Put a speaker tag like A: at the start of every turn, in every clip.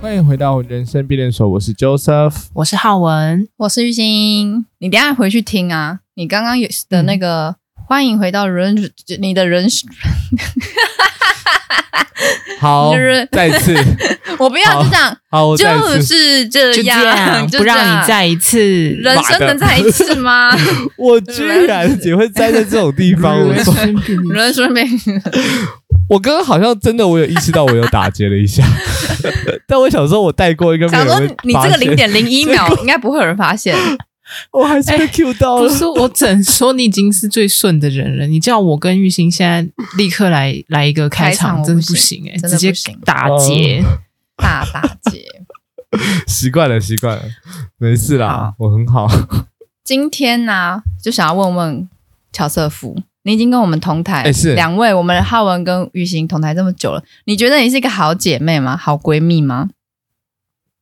A: 欢迎回到人生辩论所，我是 Joseph。
B: 我是浩文，
C: 我是玉兴，你等一下回去听啊。你刚刚有的那个、欢迎回到人，你的人，
A: 好
C: 就是，
A: 再 次，
C: 我不要
A: 好
C: 就这样，
A: 好，我再
C: 就
A: 次，
C: 是这
B: 就这
C: 样，
B: 样，
C: 就
B: 不让
C: 这样
B: 你再一次。
C: 人生能再一次吗？
A: 我居然只会站在这种地方，我说
C: 人生没，
A: 我刚刚好像真的我有意识到我有打结了一 下，但我想说我带过一个，
C: 想说你这个零，点零一秒应该不会有人发现，
A: 我还是被
C: 哎
A: Q 到
B: 不
A: 了。
B: 是，我只能说你已经是最顺的人了。你叫我跟玉兴现在立刻来来一个开
C: 开场
B: 场，
C: 我
B: 真的
C: 不
B: 不
C: 行
B: 行哎、
C: 真的
B: 直接
C: 不行
B: 打结。
A: 哦
C: 大打劫。
A: 习惯了，习惯了，没事啦
B: 好，
A: 我很好。
C: 今天呢、就想要问问乔瑟夫，你已经跟我们同台，
A: 哎是
C: 两位，我们浩文跟玉兴同台这么久了，你觉得你是一个好姐妹吗？好闺蜜吗？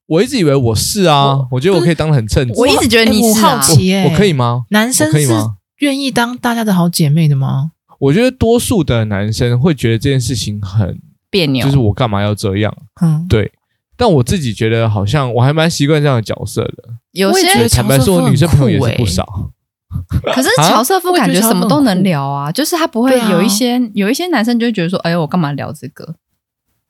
A: 我一直以为我是啊，我觉得我可以当的很称职。
C: 我一直觉得你
B: 哎我
C: 是啊
B: 好奇哎、
A: 我可以？吗？
B: 男生
A: 我可以
B: 是
A: 吗
B: 愿意当大家的好姐妹的吗？
A: 我觉得多数的男生会觉得这件事情很，
C: 别扭，
A: 就是我干嘛要这样？
B: 嗯，
A: 对，但我自己觉得好像我还蛮习惯这样的角色的。
C: 有
B: 我也
C: 些
B: 觉
A: 所
B: 得
A: 以坦白说，我
B: 乔瑟夫很
A: 女生朋友也
B: 酷
A: 是不
B: 欸
A: 少。
C: 可是
A: 啊
C: 乔瑟夫感觉什么都能聊啊，就是他不会
B: 对啊
C: 有一些、有一些男生就会觉得说，哎呦，我干嘛聊这个？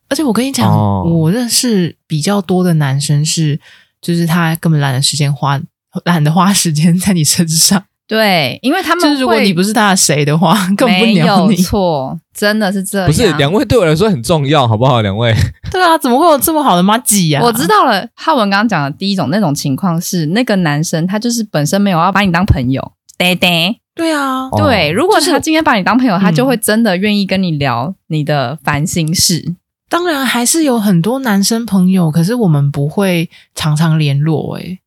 B: 而且我跟你讲，
A: 哦
B: 我认识比较多的男生是，就是他根本懒得时间花，懒得花时间在你身上。
C: 对，因为他
B: 就
C: 们
B: 是如果
C: 会
B: 你不是他的谁的话，更不
C: 没
B: 鸟
C: 有
B: 你。
C: 错，真的是这样。
A: 不是，两位对我来说很重要，好不好？两位，
B: 对啊，怎么会有这么好的 妈吉呀？
C: 我知道了。浩文刚刚讲的第一种那种情况是，那个男生他就是本身没有要把你当朋友，呆呆。
B: 对啊，
A: 哦
C: 对，如果
B: 就是
C: 他今天把你当朋友，他就
B: 嗯
C: 会真的愿意跟你聊你的烦心事。
B: 当然还是有很多男生朋友，可是我们不会常常联络、欸。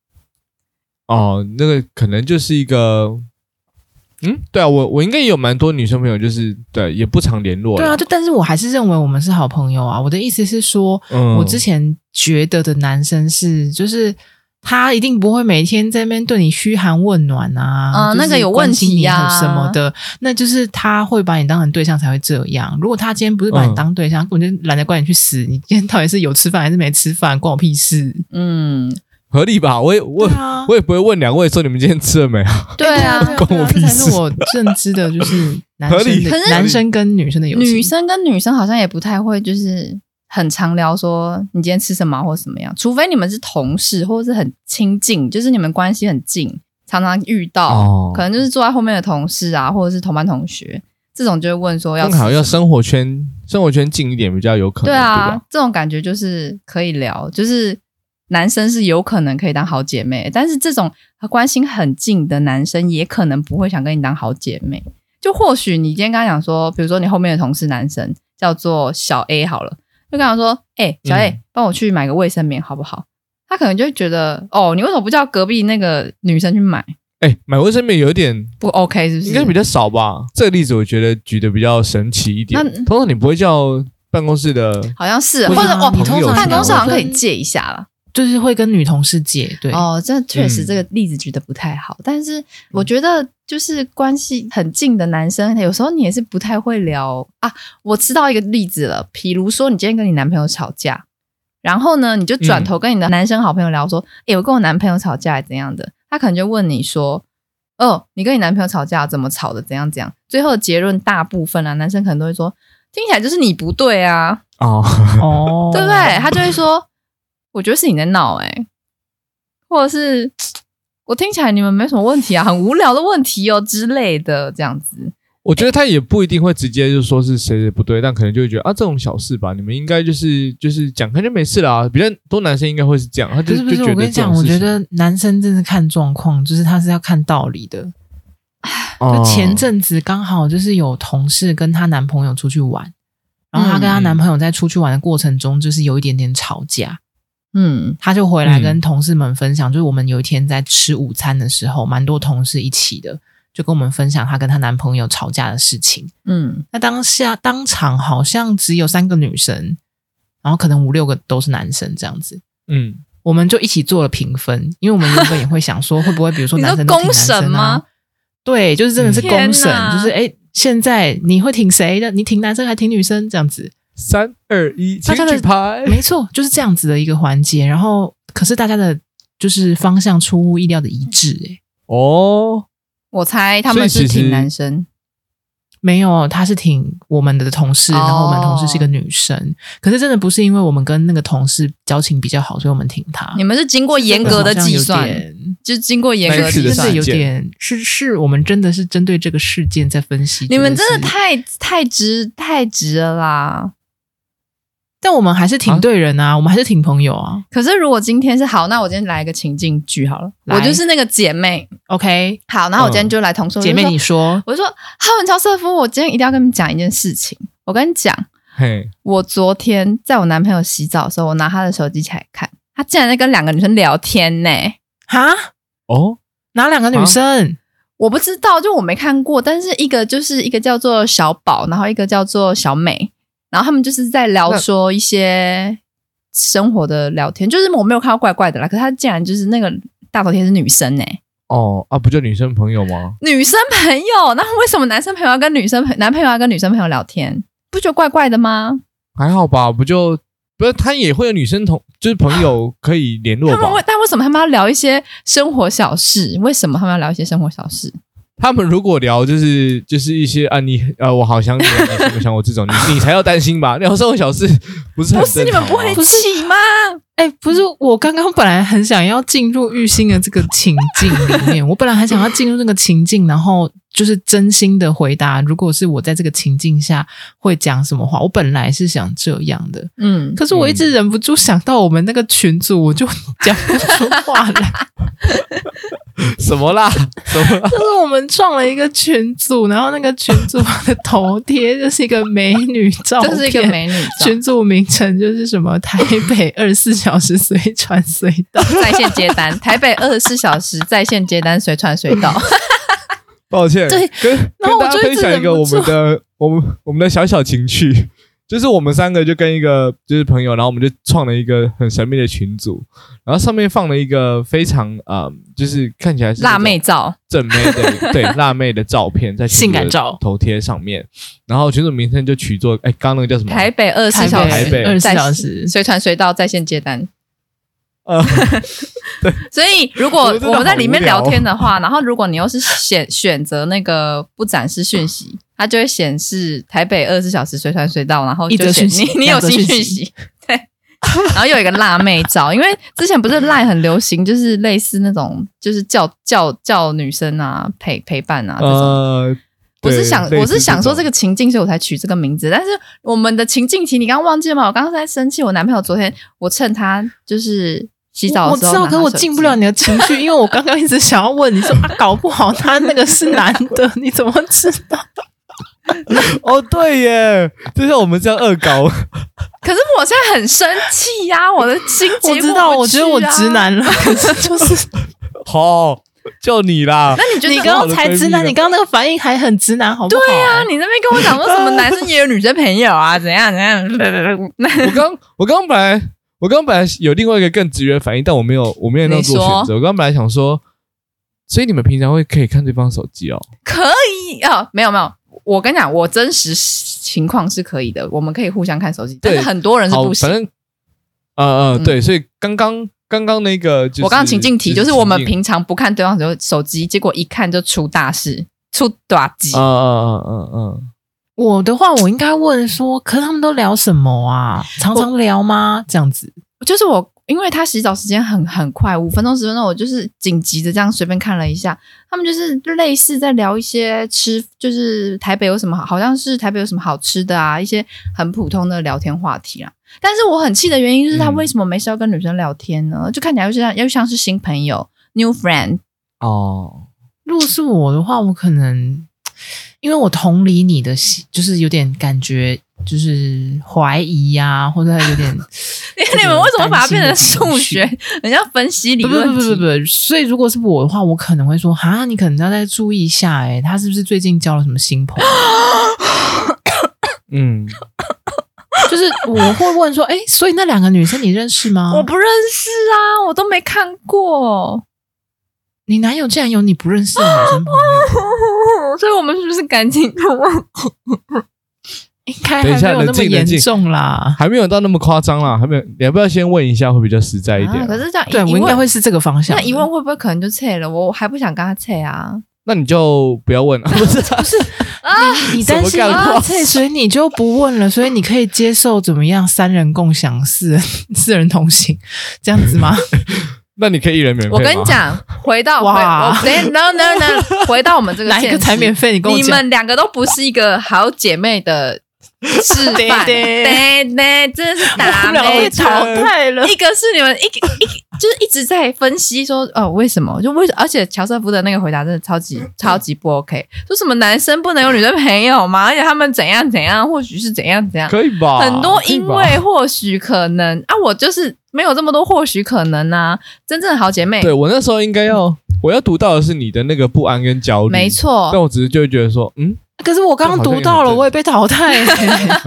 A: 哦，那个可能就是一个，嗯，对啊，我我应该也有蛮多女生朋友，就是对，也不常联络
B: 对
A: 了。
B: 啊，就但是我还是认为我们是好朋友啊。我的意思是说，
A: 嗯
B: 我之前觉得的男生是，就是他一定不会每天在那边对你嘘寒问暖啊，
C: 嗯
B: 就是
C: 那个有问
B: 关心
C: 题
B: 你
C: 呀
B: 很什么的，那就是他会把你当成对象才会这样。如果他今天不是把你
A: 嗯
B: 当对象，根本就懒得管你去死。你今天到底是有吃饭还是没吃饭，关我屁事。
C: 嗯，
A: 合理吧？我也我也、
B: 啊
A: 我也不会问两位说你们今天吃了没啊？
C: 对啊，
B: 对啊
A: 关我
B: 这
A: 屁
B: 才
A: 事
B: 是我认知的，就是男
A: 合理
B: 生的
C: 可是
B: 男生跟女生的友情。
C: 女生跟女生好像也不太会，就是很常聊说你今天吃什么啊或什么样，除非你们是同事或者是很亲近，就是你们关系很近，常常遇到，
A: 哦
C: 可能就是坐在后面的同事啊，或者是同班同学，这种就会问说要
A: 更
C: 吃
A: 好要
C: 什么
A: 生活圈生活圈近一点比较有可能，
C: 对啊，
A: 吧？
C: 这种感觉就是可以聊，就是男生是有可能可以当好姐妹，但是这种关心很近的男生也可能不会想跟你当好姐妹。就或许你今天跟他讲说，比如说你后面的同事男生叫做小 A 好了，就跟他说：“哎、小 A，、
A: 嗯
C: 帮我去买个卫生棉好不好？”他可能就会觉得：“哦，你为什么不叫隔壁那个女生去买？
A: 哎、买卫生棉有点
C: 不 OK 是不是？”
A: 应该比较少吧？这个例子我觉得举的比较神奇一点
C: 那。
A: 通常你不会叫办公室的
C: 好像是，
A: 或
C: 或
A: 者
C: 者哦
A: 朋，友
C: 办公室好像可
B: 跟
C: 以借一下啦。
B: 就是会跟女同事借，对，
C: 哦，这确实
A: 嗯
C: 这个例子举的不太好，但是我觉得就是关系很近的男生，有时候你也是不太会聊啊。我知道一个例子了，比如说你今天跟你男朋友吵架，然后呢，你就转头跟你的男生好朋友聊说：“诶、我跟我男朋友吵架怎样的？”他可能就问你说：“哦，你跟你男朋友吵架怎么吵的？怎样怎样？”最后的结论大部分啊，男生可能都会说：“听起来就是你不对啊。”
A: 哦，
B: 哦
C: 对不对？？他就会说，我觉得是你在闹哎、或者是我听起来你们没什么问题啊，很无聊的问题哦之类的，这样子。
A: 我觉得他也不一定会直接就说是谁谁不对，但可能就会觉得啊，这种小事吧，你们应该就是就是讲开就没事啦。比较多男生应该会是这样，他
B: 不
A: 就是
B: 不，
A: 就是觉
B: 我
A: 得
B: 跟你
A: 这
B: 讲，
A: 种
B: 我
A: 事
B: 觉
A: 情，
B: 得男生真的看状况，就是他是要看道理的。就
A: 哦
B: 前阵子刚好就是有同事跟她男朋友出去玩，然后她
A: 嗯
B: 跟她男朋友在出去玩的过程中，就是有一点点吵架，
C: 嗯
B: 他就回来
A: 嗯
B: 跟同事们分享，就是我们有一天在吃午餐的时候，蛮多同事一起的，就跟我们分享她跟她男朋友吵架的事情。
C: 嗯，
B: 那当下当场好像只有三个女生，然后可能五六个都是男生这样子。
A: 嗯，
B: 我们就一起做了评分，因为我们原本也会想说，会不会比如说
C: 你说
B: 男生都挺男生啊
C: 公审吗？嗯
B: 对，就是真的是公
C: 天
B: 审，
C: 哪
B: 就是哎，诶现在你会挺谁的？你挺男生还挺女生这样子？
A: 三二一，请
B: 大家的
A: 举 牌。
B: 没错，就是这样子的一个环节。然后，可是大家的就是方向出乎意料的一致、欸，
A: 哦，
C: 我猜他
A: 所以
C: 们
A: 其
C: 是
A: 实
C: 挺男生，
B: 没有，她是挺我们的同事，
C: 哦
B: 然后我们同事是一个女生。可是真的不是因为我们跟那个同事交情比较好，所以我们挺她。
C: 你们是经过严格的计
B: 啊好
C: 算
B: 像有，点
C: 就经过严格
A: 那一
C: 的
A: 次
C: 计
A: 的
B: 真的
C: 算
A: 事。
B: 有点是是我们真的是针对这个事啊件在分析。
C: 你们
B: 觉得
C: 真
B: 是
C: 的，太太直太直了啦！
B: 但我们还是挺对人啊，我们还是挺朋友啊。
C: 可是如果今天是好，那我今天来一个情境剧好了，
B: 来
C: 我就是那个姐妹。
B: OK，
C: 好，然后我今天
A: 嗯
C: 就来同事、我就
B: 姐妹
C: 说
B: 你说，
C: 我就说哈文乔瑟夫，我今天一定要跟你们讲一件事情。我跟你讲，
A: 嘿，
C: 我昨天在我男朋友洗澡的时候，我拿他的手机起来看，他竟然在跟两个女生聊天呢、
B: 哈，
A: 哦，
B: 哪两个女生？
C: 我不知道，就我没看过，但是一个就是一个叫做小宝，然后一个叫做小美，然后他们就是在聊
A: 那
C: 说一些生活的聊天，就是我没有看到怪怪的啦，可是他竟然就是那个大头贴是女生呢、
A: 哦啊，不就女生朋友吗？
C: 女生朋友，那为什么男生朋友要跟女生朋男朋友要跟女生朋友聊天，不觉得怪怪的吗？
A: 还好吧，不就不是他也会有女生同，就是朋友可以联络
C: 他们为
A: 吧。
C: 但为什么他们要聊一些生活小事？为什么他们要聊一些生活小 事？
A: 他们如果聊就是就是一些啊你啊我好想你，啊，你想不想我这种，你你才要担心吧？聊生活小事不是很
C: 不是你
A: 正常啊
C: 们
A: 吗
C: 不会一
B: 不是
C: 起吗？
B: 哎、不
C: 嗯
B: 是，我刚刚本来很想要进入玉兴的这个情境里面，我本来很想要进入那个情境，然后就是真心的回答，如果是我在这个情境下会讲什么话，我本来是想这样的，
C: 嗯，
B: 可是我一直忍不住想到我们那个群组，我就讲不出话来。
A: 什么啦什么啦？
B: 就是我们创了一个群组，然后那个群组的头贴就是一个美女照片，
C: 这是一个美女 照
B: 群组名称就是什么台北二十四小时随传随到。
C: 在线接单，台北二十四小时在线接单，随传随 到。
A: 抱歉，
B: 对
A: 跟
B: 然
A: 跟
B: 后我
A: 大家
B: 就一
A: 分
B: 直
A: 享一个
B: 忍
A: 我
B: 不
A: 们的我们我们的小小情趣，就是我们三个就跟一个就是朋友，然后我们就创了一个很神秘的群组，然后上面放了一个非常呃，就是看起来是那种
C: 辣妹照，
A: 正妹 的对辣妹的照片在群组
B: 性感
A: 的
B: 照
A: 头贴上面，然后群组名称就取作哎，刚刚那个叫什么？
C: 台北二十四小
A: 台
C: 时，
A: 北
B: 二十四
C: 在
B: 小时，
C: 随传随到，在线接单。
A: 呃，
C: 所以，如果
A: 我真的
C: 我们在里
A: 好
C: 面
A: 无聊
C: 聊天的话，然后如果你又是选 选择那个不展示讯息，它就会显示台北二十四小时随传随到，然后
B: 一则
C: 就显
B: 讯息
C: 你你有
B: 两则
C: 新
B: 讯
C: 讯
B: 息
C: 息， 对。然后又有一个辣妹照，因为之前不是赖很流行，就是类似那种，就是叫叫叫女生啊陪陪伴啊这种。
A: 呃，
C: 我是
A: 对
C: 想，
A: 类
C: 我是
A: 似
C: 想说
A: 种
C: 这个情境，所以我才取这个名字。但是我们的情境题，你刚刚忘记了吗？我刚刚在生气，我男朋友昨天，我趁他就是洗澡
B: 我
C: 的
B: 知
C: 时候，
B: 道，可我进不了。你的情 绪，因为我刚刚一直想要问你说，啊、搞不好他那个是男的，你怎么知道？
A: 哦，对耶，就像我们这样恶搞，
C: 可是我现在很生气呀、我的心 结
B: 我知
C: 过
B: 道，
C: 不
B: 我觉得我
C: 去啊
B: 直。男 了，可是就是
A: 好、就你 啦
C: 那，你觉得
B: 你刚刚才直男，你刚刚那个反应还很直男，好不好？
C: 对啊，你那边跟我讲说什么男生也有女生朋友啊，怎样怎样？那
A: 我刚我刚本来我刚本来有另外一个更直觉的反应，但我没有我没有那样做
C: 你说
A: 选择。我刚本来想说，所以你们平常会可以看对方手机哦？
C: 可以啊、没有没有，我跟你讲，我真实情况是可以的，我们可以互相看手机，但是
A: 对
C: 很多人是
A: 好，
C: 不行
A: 反。正呃呃、
C: 嗯
A: 对，所以刚刚刚刚那个就是
C: 我刚刚情境题就是
A: 情
C: 我们
A: 境
C: 平常不看对方手手机，结果一看就出大事，出大吉。
A: 啊啊啊啊啊！
B: 我的话，我应该问说，可他们都聊什么啊？常常聊吗？这样子，
C: 就是我，因为他洗澡时间很很快，五分钟十分钟，我就是紧急的这样随便看了一下，他们就是类似在聊一些吃，就是台北有什么好，好像是台北有什么好吃的啊，一些很普通的聊天话题啦。但是我很气的原因就是他
A: 嗯
C: 为什么没事要跟女生聊天呢？就看起来又像又像是新朋友，new friend。
A: 哦，
B: 如果是我的话，我可能因为我同理你的喜，就是有点感觉，就是怀疑呀、或者有点
C: 你们为什么把它变成数学？
B: 这个担心的情绪？
C: 人家分析理
B: 不不
C: 论
B: 不不
C: 题，
B: 不，所以如果是我的话，我可能会说哈，你可能要再注意一下、欸，哎，他是不是最近交了什么新 朋友？
A: 嗯，
B: 就是我会问说，哎、所以那两个女生你认识吗？
C: 我不认识啊，我都没看过，
B: 你男友竟然有你不认识 的女生朋友？
C: 所以我们是不是感情有问题？
B: 应该
A: 等一下
B: 还没
A: 冷
B: 有那么
A: 静冷
B: 严
A: 静
B: 重啦。
A: 还没有到那么夸张啦，还没有，你要不要先问一下会比较实在一点
C: 啊
A: 啊？
C: 可是这样一
B: 对我
C: 一
B: 应该
C: 问
B: 会是这个方向
C: 那
B: 的。
C: 一问会不会可能就撤了？我还不想跟他撤啊。
A: 那你就不要问了， 不是啊？
B: 你你担 心
A: 什么干话
B: 啊，对，所以你就不问了，所以你可以接受怎么样三人共享、四人 四人同行这样子吗？
A: 那你可以一人免费吗
C: 我跟你，讲，回到回
B: 哇
C: 我等一下，no no no，回到我 们这 个
B: 哪一个
C: 现实
B: 才免费？你跟我
C: 你
B: 讲。
C: 们两个都不是一个好姐妹的示 范，
B: 对
C: 对对，真的是打
B: 我们两个
C: 妹
B: 被
C: 仗
B: 淘汰了，
C: 一个是你们一个一个就是一直在分析说，哦，为什么？就为什而且乔瑟夫的那个回答真的超
A: 嗯
C: 级超级不 OK，说什么男生不能有女生朋友吗？而且他们怎样怎样，或许是怎样怎样，
A: 可以吧？
C: 很多
A: 可以
C: 因
A: 啊吧
C: 为或许可能啊，我就是没有这么多或许可能啊。真正的好姐妹，
A: 对我那时候应该要，我要读到的是你的那个不安跟焦虑，
C: 嗯没。错
A: 但，我只是就会觉得说， 嗯，
B: 可是我刚刚读到了，我也被淘汰 了，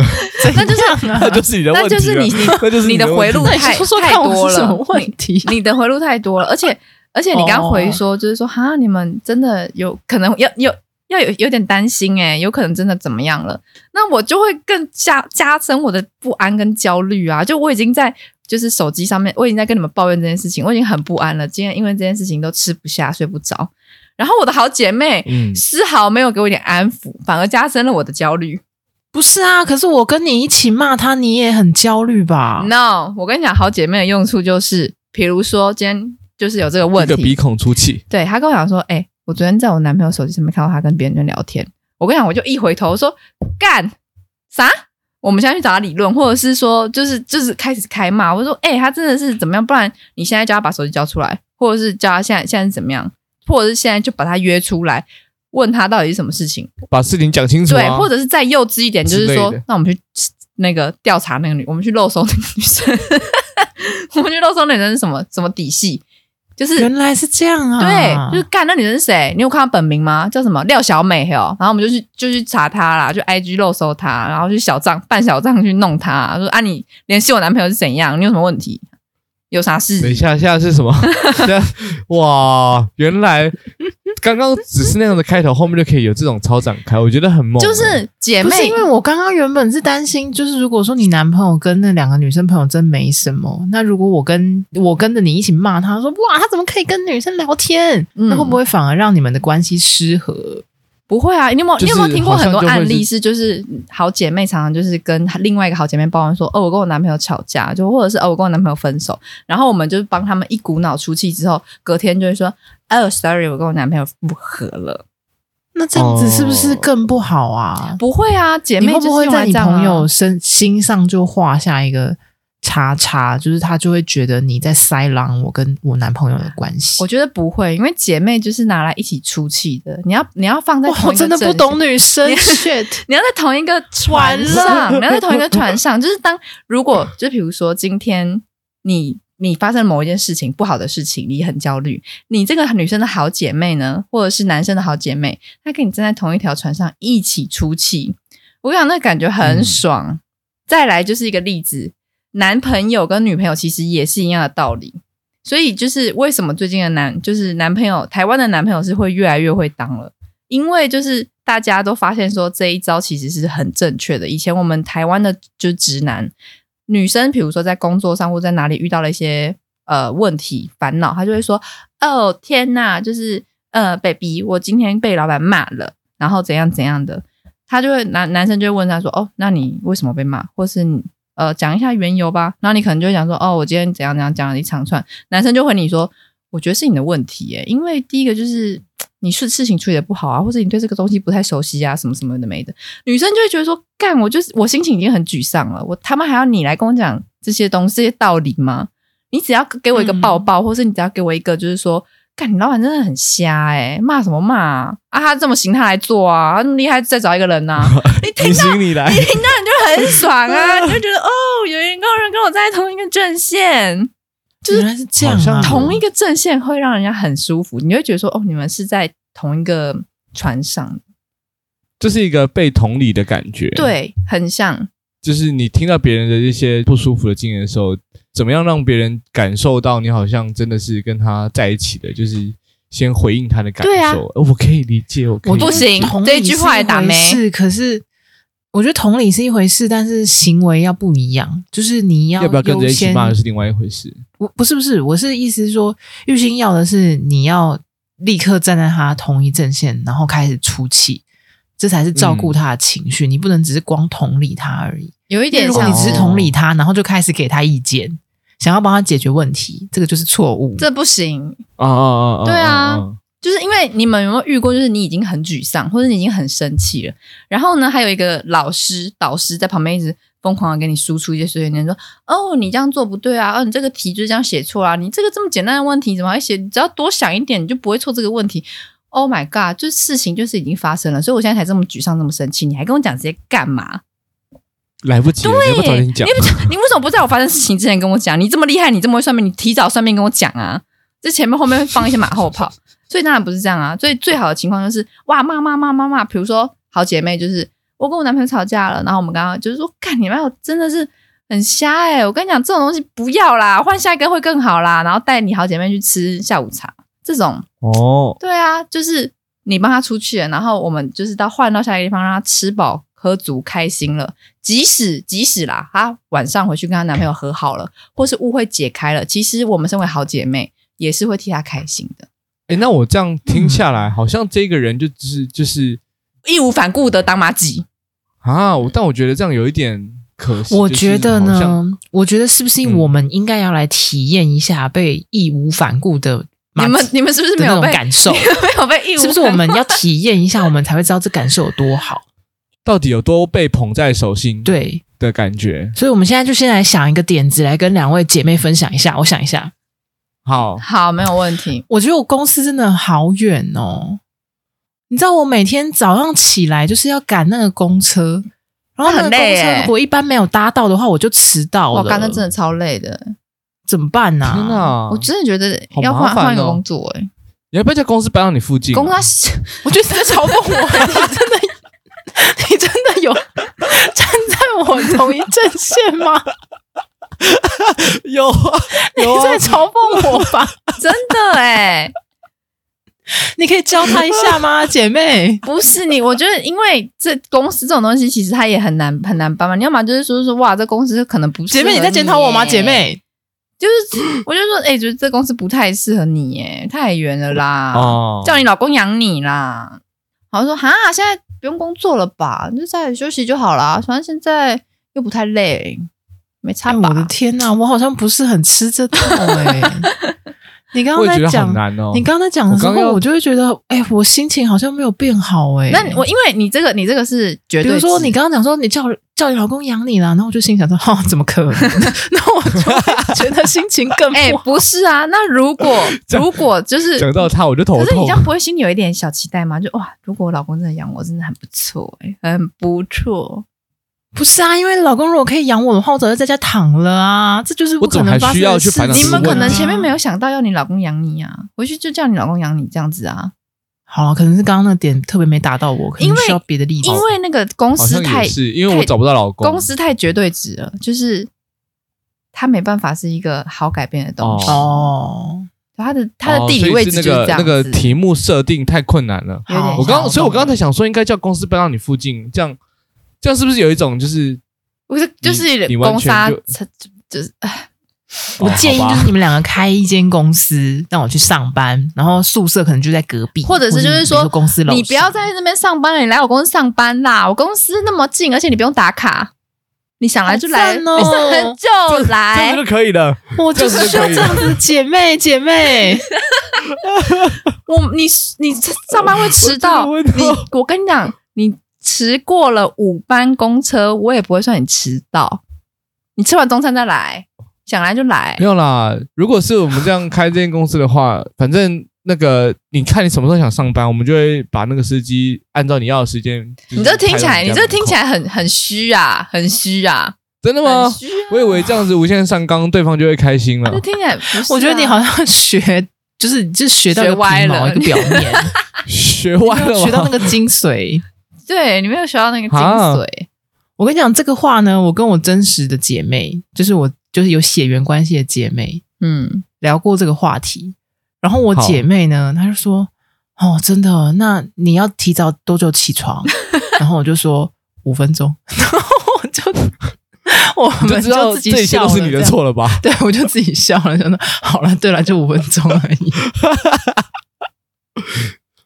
C: 那就是
B: 怎样啊
A: 那就是你的问
C: 那
A: 题
C: 就
A: 了，
C: 是你你
A: 那就是
C: 你的
A: 问
C: 回
A: 题
C: 路
B: 那你
C: 太
B: 说说
C: 太
B: 看我
C: 多
B: 是什么
C: 了，
B: 问题？
C: 你的回路太多了，而且而且你刚回
A: 哦
C: 说、就是说哈，你们真的有可能要有要有有点担心哎、有可能真的怎么样了？那我就会更加加深我的不安跟焦虑啊！就我已经在就是手机上面，我已经在跟你们抱怨这件事情，我已经很不安了。今天因为这件事情都吃不下、睡不着，然后我的好姐妹。
A: 嗯，
C: 丝毫没有给我一点安抚，反而加深了我的焦虑。
B: 不是啊，可是我跟你一起骂他，你也很焦虑吧？
C: No，我跟你讲，好姐妹的用处就是，比如说今天就是有这个问
A: 一个
C: 题，
A: 鼻孔出气，
C: 对他跟我讲说，哎、我昨天在我男朋友手机上面看到他跟别人聊天，我跟你讲，我就一回头我说干啥？我们现在去找他理论，或者是说，就是就是开始开骂，我说，哎、他真的是怎么样？不然你现在叫他把手机交出来，或者是叫他现在现在是怎么样，或者是现在就把他约出来，问他到底是什么事情？
A: 把事情讲清楚啊。
C: 对，或者是再幼稚一点，就
A: 之
C: 是
A: 类
C: 说
A: 的，
C: 那我们去那个调查那个 女，我们去肉搜那个女生，我们去肉搜那个女生是什么什么底细，就是
B: 原来是这样啊！
C: 对，就是干那女人是谁？你有看到本名吗？叫什么廖小美哦。然后我们就去就去查她啦，就 IG 漏搜她，然后去小账办小账去弄她，说啊你联系我男朋友是怎样？你有什么问题？有啥
A: 等
C: 事
A: 一？下，现在是什 么？现在哇，原来刚刚只是那样的开头，后面就可以有这种超展开，我觉得很猛欸。
C: 就是姐
B: 不
C: 妹
B: 是因为我刚刚原本是担心，就是如果说你男朋友跟那两个女生朋友真没什么，那如果我跟我跟着你一起骂他说哇，他怎么可以跟女生聊天？
C: 嗯
B: 那会不会反而让你们的关系失和？
C: 不会啊，你有没有、
A: 就是
C: 你有没有听过很多
A: 好像就会是
C: 案例是，就是好姐妹常常就是跟另外一个好姐妹抱怨说，哦，我跟我男朋友吵架，就或者是哦，我跟我男朋友分手，然后我们就是帮他们一股脑出气之后，隔天就会说，哦，sorry，我跟我男朋友不和了。
B: 那这样子是不是更不好啊？
C: 不会啊，姐
B: 你
C: 妹
B: 会
C: 就是
B: 不会
C: 用
B: 在
C: 来这
B: 你
C: 样啊
B: 朋友身心上就画下一个叉叉，就是他就会觉得你在塞狼我跟我男朋友的关系
C: 我？觉得不会，因为姐妹就是拿来一起出气的。你要你要放在
B: 哇，
C: 同
B: 我
C: 一个
B: 真的不
C: 阵
B: 懂
C: 线，
B: 女 生
C: 你
B: ，shit！
C: 你要在同一个船
B: 完
C: 上，你要在同一个船上。就是当如果就比如说今天你你发生某一件事情不好的事情，你很焦虑，你这个女生的好姐妹呢，或者是男生的好姐妹，她跟你站在同一条船上一起出气，我想那感觉很
A: 嗯
C: 爽。再来就是一个例子，男朋友跟女朋友其实也是一样的道理。所以就是为什么最近的男就是男朋友，台湾的男朋友是会越来越会当了，因为就是大家都发现说这一招其实是很正确的。以前我们台湾的就是直男女生，比如说在工作上或在哪里遇到了一些呃问题烦恼，他就会说：“哦天呐，就是呃，baby，我今天被老板骂了，然后怎样怎样的。”他就会男男生就会问他说：“哦，那你为什么被骂？或是你呃讲一下缘由吧。”然后你可能就会讲说：“哦，我今天怎样怎样讲了一长串。”男生就回你说：“我觉得是你的问题耶，因为第一个就是嘖你是事情处理的不好啊，或者你对这个东西不太熟悉啊，什么什么的没的。”女生就会觉得说：“干，我就是我心情已经很沮丧了，我他妈还要你来跟我讲这些东西、这些道理吗？你只要给我一个
B: 嗯
C: 抱抱，或是你只要给我一个就是说。”干，你老板真的很瞎哎、骂什么骂啊？啊他这么行，他来做啊，他那么厉害，再找一个人呐、啊你听
A: 你
C: 到
A: 行你来
C: 你，听到你就很 爽啊，你就觉得哦，有一个人跟我站在同一个阵线，就是
B: 原来是这样
A: 好像
B: 啊！
A: 嗯
C: 同一个阵线会让人家很舒服，你会觉得说哦，你们是在同一个船上，
A: 这是一个被同理的感觉。，
C: 对，很像。
A: 就是你听到别人的一些不舒服的经验的时候，怎么样让别人感受到你好像真的是跟他在一起的，就是先回应他的感受。哦
C: 对啊
A: 呃我可以理解，我可以
B: 我
A: 理解
C: 不行
B: 同理
C: 这一句话也打没
B: 是一回事，可是我觉得同理是一回事，但是行为要不一样，就是你要
A: 要不要跟着
B: 优
A: 一起
B: 先
A: 骂又是另外一回事。
B: 我不是不是，我是意思是说，玉兴要的是你要立刻站在他同一阵线，然后开始出气，这才是照
A: 嗯
B: 顾他的情绪。你不能只是光同理他而已。
C: 有一
B: 因为
C: 点
B: 如果
C: 像
B: 你只是
A: 哦
B: 同理他，然后就开始给他意见，想要帮他解决问题，这个就是错误。
C: 这不行，
A: 啊啊啊！
C: 对啊就是因为你们有没有遇过，就是你已经很沮丧，或者你已经很生气了，然后呢，还有一个老师导师在旁边一直疯狂的给你输出一些碎碎念，说：“哦，你这样做不对啊，哦，你这个题就是这样写错啊，你这个这么简单的问题怎么还写？你只要多想一点，你就不会错这个问题。” Oh my god！就是事情就是已经发生了，所以我现在才这么沮丧，这么生气。你还跟我讲这些干嘛？
A: 来不及了，你要不要早点讲
C: 你？不你为什么不在我发生事情之前跟我讲？你这么厉害，你这么会算命，你提早算命跟我讲啊！这前面后面放一些马后炮， 所以当然不是这样啊。所以最好的情况就是哇骂骂骂骂骂，比如说好姐妹就是我跟我男朋友吵架了，然后我们刚刚就是说，看你们真的是很瞎哎、我跟你讲，这种东西不要啦，换下一个会更好啦。然后带你好姐妹去吃下午茶，这种
A: 哦，
C: 对啊，就是你帮他出去了，然后我们就是到换到下一个地方，让他吃饱喝足，开心了。即使即使啦，她晚上回去跟她男朋友和好了，或是误会解开了，其实我们身为好姐妹也是会替她开心的，
A: 哎，那我这样听下来，好像这个人就只是就是
C: 义无反顾的当妈鸡。
A: 啊，我但我觉得这样有一点可惜。
B: 我觉得
A: 就是好像，
B: 呢，我觉得是不是
A: 嗯
B: 我们应该要来体验一下被义无反顾的
C: 你们你们是不是
B: 的
C: 没
B: 那
C: 有
B: 种
C: 被？
B: 感受
C: 没有被义无反顾？
B: 是不是我们要体验一下，我们才会知道这感受有多好？
A: 到底有多被捧在手心
B: 对，
A: 的感觉？
B: 所以我们现在就先来想一个点子，来跟两位姐妹分享一下。我想一下，
A: 好，
C: 好没有 问题？
B: 我觉得我公司真的好远哦。你知道我每天早上起来就是要赶那个公车，然后那个公
C: 很累
B: 车
C: 耶
B: 如果一般没有搭到的话，我就迟到
C: 我
B: 了。
C: 刚刚真的超累的，
B: 怎么办呢、
A: 天哪！
C: 我真的哦觉得
A: 好
C: 要
A: 麻
C: 换
A: 烦
C: 换一个
A: 哦
C: 工作哎、
A: 你要不要叫公司搬到你附近啊？
C: 工作
B: 我觉得你在嘲讽我，你真的，你真的有站在我同一阵线 吗？
A: 有啊，
B: 你
A: 有啊
B: 在嘲讽我吧？
C: 真的哎、
B: 你可以教她一下吗， 姐妹？
C: 不是你，我觉得因为这公司这种东西，其实它也很难很难帮忙。你要么就是说说哇，这公司可能不适合
B: 姐妹，你在检讨我吗？
C: 耶
B: 姐，妹，
C: 就是我就说，哎、觉得这公司不太适合你，耶，太远了啦，
A: 哦，
C: 啊叫你老公养你啦。然后说哈，现在不用工作了吧，就在家休息就好啦。反正现在又不太累，没差
B: 哎我的
C: 吧？
B: 天呐，我好像不是很吃这套哎、 你刚
A: 我
B: 刚
A: 也觉
B: 在
A: 得好
B: 讲，
A: 难哦。
B: 你刚刚在讲的时
A: 我刚
B: 候，
A: 要
B: 我就会觉得，哎、我心情好像没有变好哎、
C: 那你我因为你这个你这个是绝
B: 比
C: 对值，
B: 如说你刚刚讲说你叫叫你老公养你啦，然后我就心想说，哦，怎么可能？ 那我就会觉得心情 更不
C: 哎、
B: 好。
C: 不是啊，那如果
A: 讲
C: 如果 就是
A: 讲到他我就头
C: 可是你
A: 痛
C: 这。样不会心里有一点小期待吗？就哇，如果我老公真的养我，真的很不错、欸，很不错。
B: 不是啊，因为老公如果可以养我的话，我早就在家躺了啊，这就是不
A: 我怎
B: 可
A: 么
B: 能
A: 还
B: 发生
A: 需要
B: 的
A: 去
B: 事
A: 烦恼
B: 情
A: 这
C: 你
A: 个
C: 们可
A: 问
C: 能
A: 题
C: 前面没有想到要你老公养你啊，回去就叫你老公养你这样子啊，
B: 好了，可能是刚刚那个点特别没达到我，可
C: 因
B: 能
C: 为
B: 需要别的例子
C: 因。为那个公
A: 好
C: 司
A: 像
C: 太
A: 也是，因为我找不到老公。
C: 公司太绝对值了，就是他没办法是一个好改变的东西，
B: 哦，
C: 他的他的
A: 哦
C: 地
A: 所
C: 理
A: 以
C: 位
A: 是
C: 置
A: 那
C: 就是
A: 个
C: 这样
A: 那
C: 子。哎
A: 个题目设定太困难了。
C: 有点
B: 好
A: 我
C: 像
A: 刚，所以我
B: 懂
A: 刚才想说，应该叫公司搬到你附近，这样这样是不是有一种就是
C: 不是就是
A: 你完
C: 公啊
A: 全
C: 杀
A: 就
C: 就是
B: 我建议
A: 哦好
B: 就
A: 吧
B: 是你们两个开一间公司，让我去上班，然后宿舍可能就在隔壁，
C: 或者是就是
B: 比如
C: 说
B: 公司楼，
C: 你不要。
A: 啊
C: 在那边上班了，你来我公司上班啦！我公司那么近，而且你不用打卡，你想来就
B: 好
C: 来，
B: 赞哦
C: 你 想来就
A: 这样
C: 哦来
A: 子。就可以 了？
B: 我就是需要这样子，姐妹姐妹，
C: 我你你上班会迟到，
A: 我真的
C: 你
A: 会到
C: 我跟你讲，你迟过了五班公车，我也不会算你迟到。你吃完中餐再来，想来就来
A: 没。有啦，如果是我们这样开这间公司的话， 反正那个你看你什么时候想上班，我们就会把那个司机按照你要的时间。就是
C: 你这听起
A: 开到
C: 来，你
A: 家
C: 这
A: 门口
C: 听起来很很虚啊，很虚啊，
A: 真的
C: 很
A: 吗？
C: 虚啊！
A: 我以为这样子无限上纲，对方就会开心了
C: 就。听起来不是啊，
B: 我觉得你好像学，就是就是学到一个
C: 学歪
B: 皮毛
C: 了
B: 一个表 面，
C: 啊
A: 学歪了吗？
B: 学到那个精髓。
C: 对你没有学到那个精
A: 啊
C: 髓。
B: 我跟你讲这个话呢，我跟我真实的姐妹，就是我就是有血缘关系的姐妹，
C: 嗯，
B: 聊过这个话题，然后我姐妹呢，她就说：“哦，真的，那你要提早多久起床？” 然后我就说：“五分钟， 然后 我就我
A: 你就
B: 们
A: 知道这
B: 自己
A: 一切
B: 笑
A: 都
B: 了，
A: 是你的
B: 这样。
A: 错了吧？
B: 对，我就自己笑了，想说好了，对了，就五分钟而已。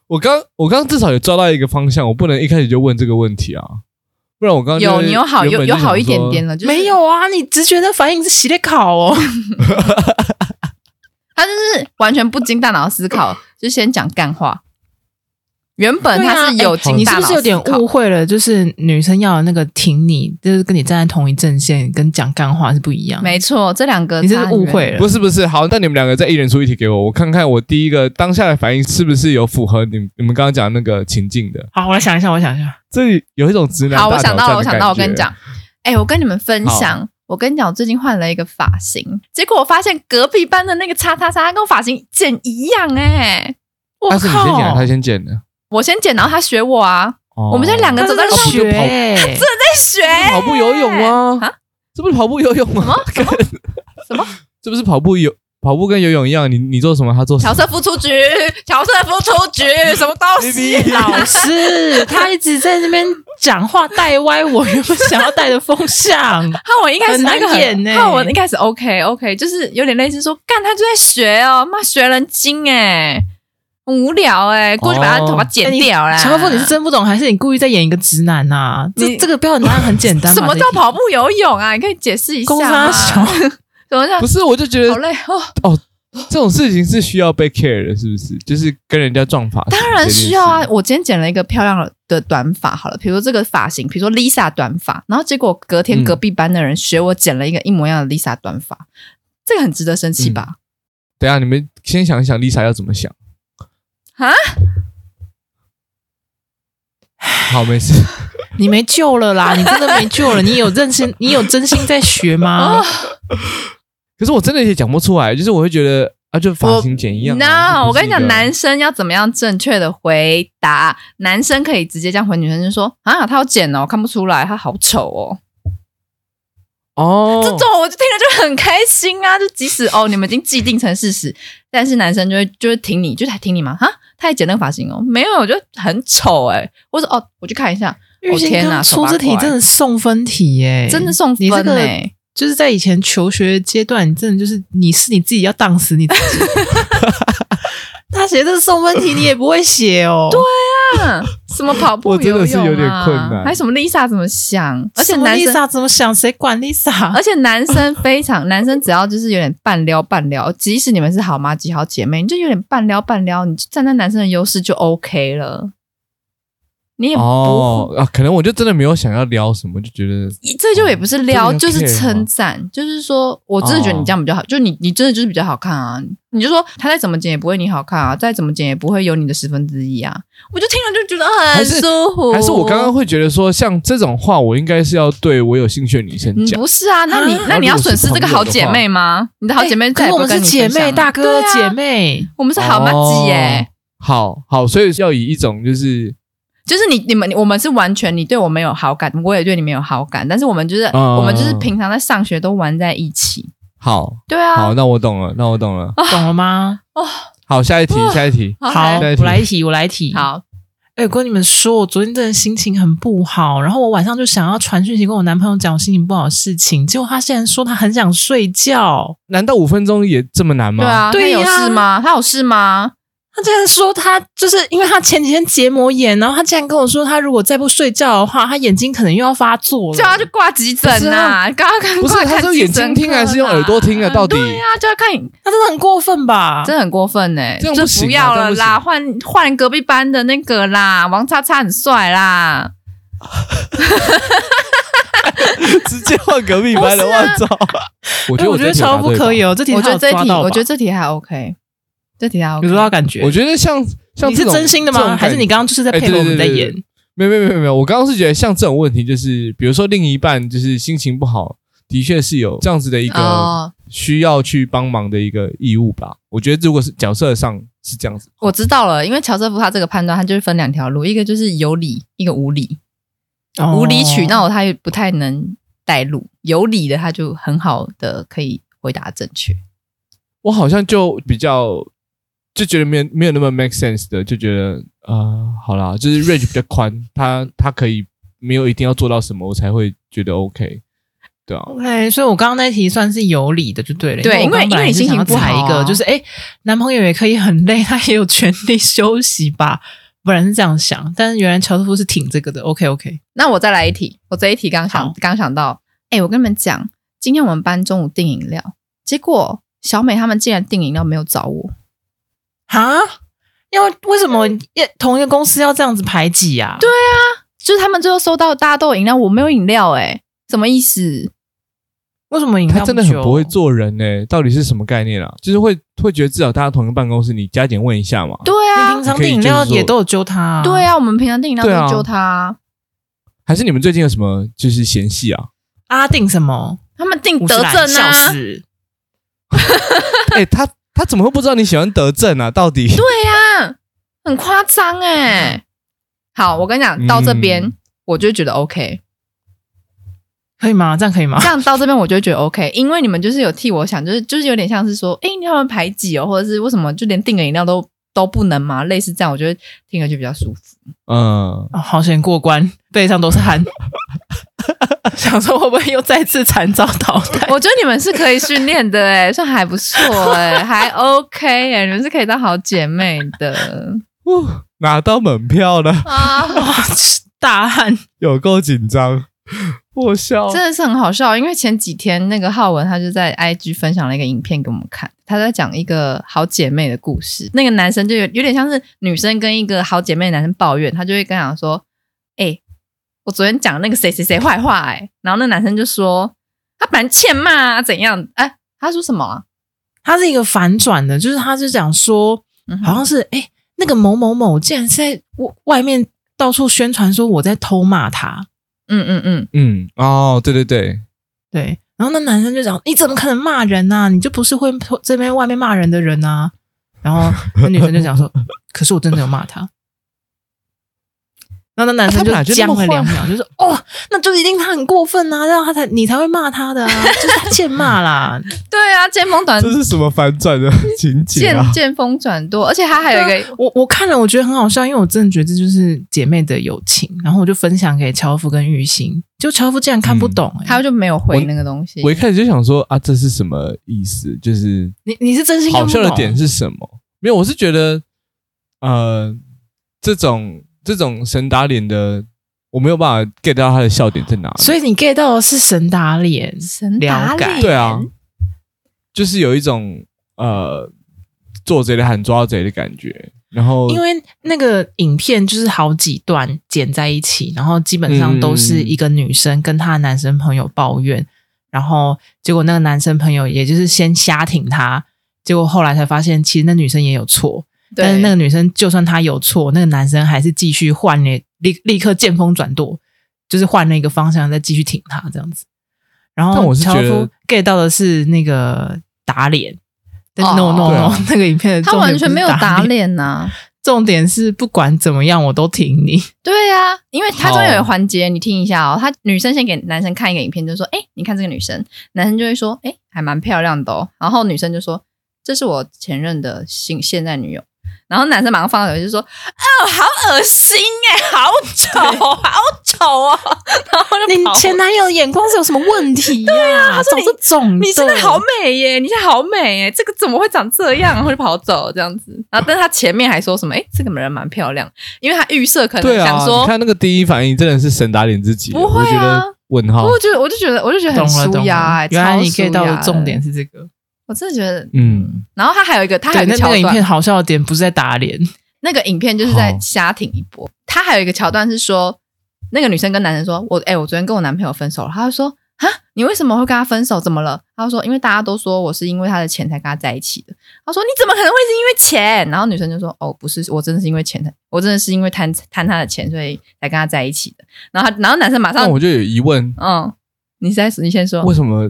A: 我刚我刚至少有抓到一个方向，我不能一开始就问这个问题啊，不然我刚刚
C: 有
A: 啊就是
C: 你有好
A: 原
C: 有
A: 本
C: 有
A: 就想
C: 好一点
A: 说
C: 点了，就是
B: 没有啊，你直觉的反应是洗的考 哦。
C: 他就是完全不经大脑思考，就先讲干话。原本
B: 对
C: 他
B: 啊
C: 是有
B: 哎
C: 经
B: 你
C: 大
B: 是
C: 脑
B: 不
C: 思
B: 是
C: 考，
B: 有点误会了？就是女生要的那个挺你，就是跟你站在同一阵线，跟讲干话是不一
A: 啊
B: 样的。
C: 没错，这两个
B: 你这
C: 差
B: 是
C: 很
B: 误
C: 远
B: 会了
A: 不。是不是，好，那你们两个再一人出一题给我，我看看我第一个当下的反应是不是有符合你们你们刚刚讲的那个情境的。
B: 好，我来想一下，我想一下。
A: 这里有一种直男
C: 好，我
A: 大挑
C: 想到了，我
A: 战的
C: 想到了，我
A: 感
C: 跟你
A: 觉
C: 讲，，哎、我跟你们分
A: 好
C: 享，我跟你讲，我最近换了一个发型，结果我发现隔壁班的那个叉叉叉跟我发型剪一样、哎，
B: 我
A: 啊但是你先
B: 靠
A: 剪，，他先剪的。
C: 我先剪，然后他学我啊，
A: 哦
C: 我们现在两 个
B: 他
C: 走在欸
B: 在
C: 路上
A: 学
B: 学，欸
C: 在学、
A: 跑步游泳吗？
C: 哎啊，
A: 这不是跑步游泳吗？
C: 什 么什么？
A: 这不是跑步游跑步跟游泳一样，你你做什么，他做什
C: 乔
A: 么。
C: 瑟夫出局，乔瑟夫出局，什么东西？啊
A: BB
B: 老师，哦他一直在那边讲话带歪我原本想要带的风向。
C: 看我一开始那
B: 很
C: 个
B: 难演欸
C: 看我一开始 OK OK，就是有点类似说，干他就在学哦，妈学人精哎、很无聊哎、过去把他
A: 哦
C: 头发 剪掉啦。
B: 乔高峰，哎你是真不懂，还是你故意在演一个直男呐、这
C: 你
B: 这个标准答案很简单嘛，
C: 什么
B: 这
C: 叫
B: 一题
C: 跑步游泳啊？你可以解释一下
B: 公啊
C: 吗？
B: 差小
C: 什？么叫
A: 不是，我就觉
C: 好
A: 得
C: 累哦？
A: 这种事情是需要被 care 的，是不是？就是跟人家撞法。
C: 当然需要啊！。我今天剪了一个漂亮的短发，好了，比如说这个发型，比如说 Lisa 短发，然后结果隔天
A: 嗯
C: 隔壁班的人学我剪了一个一模一样的 Lisa 短发，这个很值得生气吧？
A: 等一下你们先想一想，Lisa 要怎么想
C: 啊？
A: 好，没事。
B: 你没救了啦！你真的没救了！你有认真，你有真心在学
A: 嗯
B: 吗？
C: 哦
A: 可是我真的也讲不出来，就是我会觉得啊，就发型剪一样、啊。
C: 那
A: 就
C: 我
A: 不
C: 跟
A: 是
C: 你
A: 一个
C: 讲，男生要怎么样正确的回答？男生可以直接这样回女生，就说啊，他要剪哦，看不出来，他好丑哦。
A: 哦，
C: 这种我就听了就很开心啊！就即使哦，你们已经既定成事实，但是男生就会就会挺你，就是还挺你嘛哈，他也剪那个发型哦，没有，我觉得很丑哎、或者哦，我去看一下，
B: 玉
C: 哦
B: 兴
C: 天
B: 刚
C: 哪，
B: 出这题真
C: 的
B: 的送分题
A: 哎
B: 耶、
C: 真的送分欸哎
B: 你这
C: 呢、
B: 个就是在以前求学阶段，你真的就是你是你自己要当死你自己。 他写这个送分题，你也不会写哦。对，
C: 嗯，什么跑步、
A: 我
C: 游
A: 真
C: 泳啊，
A: 的是有点困难
C: 还有什么 Lisa 怎么想？而且男生
B: Lisa 怎么想？谁管 Lisa？
C: 而且男生非常，男生只要就是有点半撩半撩，即使你们是好妈几好姐妹，你就有点半撩半撩，你就站在男生的优势就 OK 了。你也不、
A: 哦啊，可能我就真的没有想要撩什么，就觉得
C: 这就也不是
A: 这
C: 撩，
A: 个
C: 就
A: 就 care
C: 是称赞，就是说我真的觉得你这样比较好，就你你真的就是比较好看啊。你就说他再怎么剪也不会你好看啊，再怎么剪也不会有你的十分之一啊。我就听了就觉得
A: 还
C: 很
A: 是
C: 舒服。
A: 还是我刚刚会觉得说，像这种话，我应该是要对我有兴趣的女生
C: 嗯
A: 讲。
C: 不是啊，那你
B: 啊
C: 那你要损失这个
A: 如果是
C: 好
A: 朋友
C: 姐
A: 的话哎
C: 妹吗？你的好姐妹
B: 哎可
C: 再也
B: 是
C: 不
B: 我
C: 会
B: 们
C: 跟
B: 是
C: 你分
B: 姐
C: 享了，
B: 妹，大哥
C: 对啊
B: 姐妹。
C: 我们是好妈鸡
A: 哦
C: 耶，
A: 好好，所以要以一种就是
C: 就是你你们我们是完全你对我没有好感，我也对你没有好感，但是我们就是、
A: 嗯
C: 我们就是平常在上学都玩在一起，
A: 好
C: 对啊，
A: 好，那我懂了，那我懂了。
B: 懂了吗？
A: 好，下一题，
C: 啊
A: 下一题。
C: 好
B: 啊好，
A: 下一题
B: 我来一题，我来一题。，
C: 好
B: 哎、我跟你们说，我昨天真的心情很不好，然后我晚上就想要传讯息跟我男朋友讲我心情不好的事情，结果他竟然说他很想睡觉，
A: 难道五分钟也这么难吗？
C: 对啊，
B: 对呀
C: 他有事吗？他有事吗？
B: 他竟然说他就是因为他前几天结膜炎，然后他竟然跟我说他如果再不睡觉的话，他眼睛可能又要发作了。
C: 叫他去挂急诊
A: 不是
C: 呐、
A: 啊
C: 啊，刚刚看
A: 不是
C: 挂
A: 他
C: 看
A: 是用
C: 急
A: 眼
C: 诊
A: 睛听
C: 科
A: 还是用
C: 啦
A: 耳朵听啊到底
C: 对呀、就要看你，
B: 他真的很过分吧？
C: 真的很过分哎、
A: 这样
C: 就
A: 不行啊
C: 要
A: 这样
C: 了
A: 不行
C: 啦，换换隔壁班的那个啦，王叉叉很帅啦，
A: 直接换隔壁班的，
C: 不是啊
A: 我操！我觉
B: 哎
A: 得
B: 我觉得超不可以
A: 哦。
B: 哦，这题
C: 我觉得这
B: 他有抓
C: 题
B: 到吧
C: 我觉得这题还 OK，这题还 OK，
B: 有抓到感觉。
A: 我觉得像像
B: 你是
A: 这种
B: 真心的
A: 这种
B: 吗？
A: 感
B: 还是你刚刚就是在配合我们在
A: 哎对对对
B: 演？
A: 没有没有没有没有，我刚刚是觉得像这种问题，就是比如说另一半就是心情不好，的确是有这样子的一个
C: 哦，
A: 需要去帮忙的一个义务吧。我觉得如果是角色上是这样子，
C: 我知道了，因为乔瑟夫他这个判断，他就是分两条路，一个就是有理，一个无理。
B: 哦
C: 无理取闹他也不太能带路，有理的他就很好的可以回答正确。
A: 我好像就比较就觉得没有没有那么 make sense 的，就觉得呃，好啦，就是 range 比较宽，他他可以没有一定要做到什么，我才会觉得 OK。对啊，
B: OK，所以我刚刚那题算是有理的，就对了。
C: 对
B: 因我刚刚
C: 因为
B: 本来
C: 因为你
B: 是
C: 心情
B: 想要
C: 不好
B: 踩一
C: 啊
B: 个，就是哎，诶男朋友也可以很累，他也有权利休息吧。本来是这样想，但是原来乔师傅是挺这个的。OK OK，
C: 那我再来一题，我这一题刚想
B: 好
C: 刚想到，哎、我跟你们讲，今天我们班中午订饮料，结果小美他们竟然订饮料没有找我，
B: 哈，要为什么要同一个公司要这样子排挤啊呀、嗯对，
C: 就是他们最后收到大家都有饮料，我没有饮料、哎，什么意思？
B: 为什么饮料
A: 他真的很
B: 久
A: 不会做人呢、欸到底是什么概念啊？就是会会觉得至少大家同一个办公室，你加减问一下嘛，
C: 对
B: 你
C: 啊
B: 平，常订饮料也都有揪他、啊，
C: 对啊，我们平常订饮料都
A: 对啊
C: 是揪他啊、
A: 还是你们最近有什么就是嫌隙啊？
B: 啊，定什么？
C: 他们订
B: 吴
C: 德
B: 思兰
C: 政
B: 笑
C: 啊，
B: 死！
A: 哎、他他怎么会不知道你喜欢德政啊？到底
C: 对呀、很夸张哎。好，我跟你讲，到这边、
A: 嗯
C: 我就觉得 OK，
B: 可以吗？这样可以吗
C: 这？样到这边我就觉得 OK，因 为你们就是有替我想，就是就是有点像是说，哎、你要不要排挤哦，或者是为什么就连订个饮料都都不能吗？类似这样，我觉得听了就比较舒服。
A: 嗯，
B: 哦，好险过关，背上都 是汗。想说会不会又再次惨遭淘汰？
C: 我觉得你们是可以训练的哎、算还不错哎、还 OK 哎、你们是可以当好姐妹的
A: 哦拿到门票了，
C: 啊。
B: 哇，大汗！
A: 有够紧张，我
B: 哦
A: 笑。
C: 真的是很好笑，因为前几天那个浩文他就在 IG 分享了一个影片给我们看，他在讲一个好姐妹的故事。那个男生就有有点像是女生跟一个好姐妹的男生抱怨，他就会跟他讲说：“哎、我昨天讲那个谁谁谁坏话、哎。”然后那男生就说：“他本来欠骂啊，怎样？”哎、他说什么、啊？
B: 它是一个反转的，就是他是讲说，
C: 嗯
B: 好像是哎、诶那个某某某竟然是在外外面到处宣传说我在偷骂他，
C: 嗯嗯嗯，
A: 嗯，哦，对对对，
B: 对。然后那男生就讲：“你怎么可能骂人呐、你就不是会这边外面骂人的人呐、然后那女生就讲说：“可是我真的有骂他。”然后那男生
A: 啊他本来就那
B: 僵
A: 么
B: 了
A: 坏
B: 两秒，就说：“哦，那就一定他很过分啊，这样他才你才会骂他的啊，就是他欠骂啦。
C: 对啊，见风转
A: 这是什么反转的情节
C: 见
A: 啊？
C: 见风转舵，而且他还有一
B: 对
C: 个
B: 啊我我看了，我觉得很好笑，因为我真的觉得这就是姐妹的友情。然后我就分享给乔夫跟玉兴，就乔夫竟然看不
A: 嗯
B: 懂、欸，
C: 他就没有回
A: 我
C: 那个东西。
A: 我一开始就想说啊，这是什么意思？就是
B: 你你是真心看
A: 好
B: 不
A: 笑的
B: 懂
A: 点是什么？没有，我是觉得，呃，这种这种神打脸的，我没有办法 get 到他的笑点在哪里。
B: 所以你 get 到的是神打脸，
C: 神打
B: 了解
C: 脸，
A: 对啊，就是有一种呃，做贼的喊抓贼的感觉。然后，
B: 因为那个影片就是好几段剪在一起，然后基本上都
A: 嗯
B: 是一个女生跟她的男生朋友抱怨，然后结果那个男生朋友也就是先瞎挺她，结果后来才发现其实那女生也有错，
C: 对，
B: 但是那个女生就算她有错，那个男生还是继续换了立立刻见风转舵，就是换了一个方向再继续挺她这样子。然
A: 但
B: 后
A: 我是
B: 乔
A: 觉得
B: 夫 get 到的是那个打脸，但
C: 哦
B: no no
A: 对
B: no，、
A: 啊
B: 那个影片的
C: 他
B: 重点
C: 完
B: 不是
C: 全没有打
B: 脸，
C: 脸啊呐、
B: 重点是不管怎么样我都挺你。
C: 对呀、啊，因为他
A: 好
C: 中间有个环节，你听一下哦。他女生先给男生看一个影片，就说：“哎、你看这个女生。”男生就会说：“哎、还蛮漂亮的哦。”然后女生就说：“这是我前任的现现在女友。”然后男生马上放到手机就说：“ 哦，好恶心哎、好丑，好丑哦！”然后就
B: 你
C: 跑
B: 前男友的眼光是有什么问题呀、
C: 他说
B: 找
C: 你
B: 这种
C: 你真的
B: 的
C: 好美耶！你现在好美耶！这个怎么会长这样？然后就 跑走这样子。然后，但是他前面还说什么？哎，这个人蛮漂亮，因为他预设可
A: 对
C: 能
A: 啊
C: 想，
A: 你
C: 说，
A: 看那个第一反应真的是神打脸自己，
C: 不会啊
A: 我觉得问号。
C: 我觉得，我就觉得，我就觉得
B: 哦懂
C: 很
B: 了懂
C: 舒压
B: 了
C: 哎。，
B: 原来你
C: 超舒
B: get 到的
C: 压
B: 重点，是这个。
C: 我真的觉得，
A: 嗯
C: 嗯。然后他还有一个，他还有
B: 对，那
C: 一个
B: 那
C: 桥
B: 个影片
C: 段，
B: 好笑的点不是在打脸，
C: 那个影片就是在
A: 好
C: 瞎挺一波。他还有一个桥段是说，那个女生跟男生说：“我哎，我昨天跟我男朋友分手了。”他就说：“啊，你为什么会跟他分手？怎么了？”他就说：“因为大家都说我是因为他的钱才跟他在一起的。”他说：“你怎么可能会是因为钱？”然后女生就说：“哦，不是，我真的是因为钱才，我真的是因为贪贪他的钱，所以才跟他在一起的。”然后他，然后男生马
A: 那
B: 哦
C: 上，
A: 我就有疑问，
C: 嗯，你先你先说，
A: 为什么？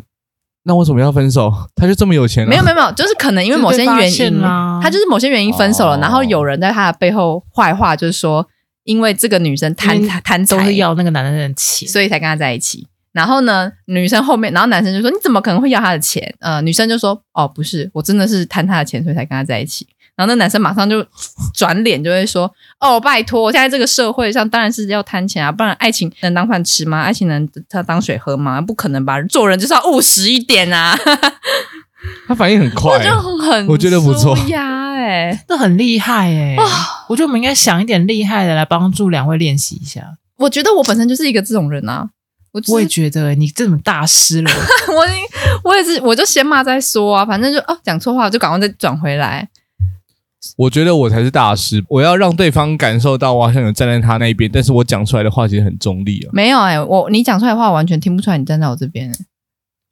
A: 那为什么要分手？他就这么有钱、啊？
C: 没有没有没有，就是可能因为某些
B: 就被
C: 原
B: 发现
C: 因
B: 啦，
C: 他就是某些原因分手了，
A: 哦
C: 然后有人在他的背后坏话，就是说因为这个女生贪
B: 因为
C: 贪
B: 都
C: 财
B: 是，要那个男人的钱。
C: 所以才跟他在一起。然后呢，女生后面，然后男生就说你怎么可能会要他的钱？呃，女生就说哦不是，我真的是贪他的钱，所以才跟他在一起。然后那男生马上就转脸，就会说：“哦，拜托，现在这个社会上当然是要贪钱啊，不然爱情能当饭吃吗？爱情能它当水喝吗？不可能吧！做人就是要务实一点啊！”
A: 他反应很
C: 我
A: 快
C: 就，很
A: 哦我觉得不错
C: 呀，哎，
B: 这很厉害哎、我觉得我们应该想一点厉害的来帮助两位练习一下。
C: 我觉得我本身就是一个这种人啊，我就是
B: 我也觉得、你这么大师 了，
C: 我已经我也是，我就先骂再说啊，反正就哦讲错话，我就赶快再转回来。
A: 我觉得我才是大师，我要让对方感受到我好像有站在他那一边，但是我讲出来的话其实很中立啊。
C: 没有哎、我你讲出来的话，我完全听不出来你站在我这边、欸，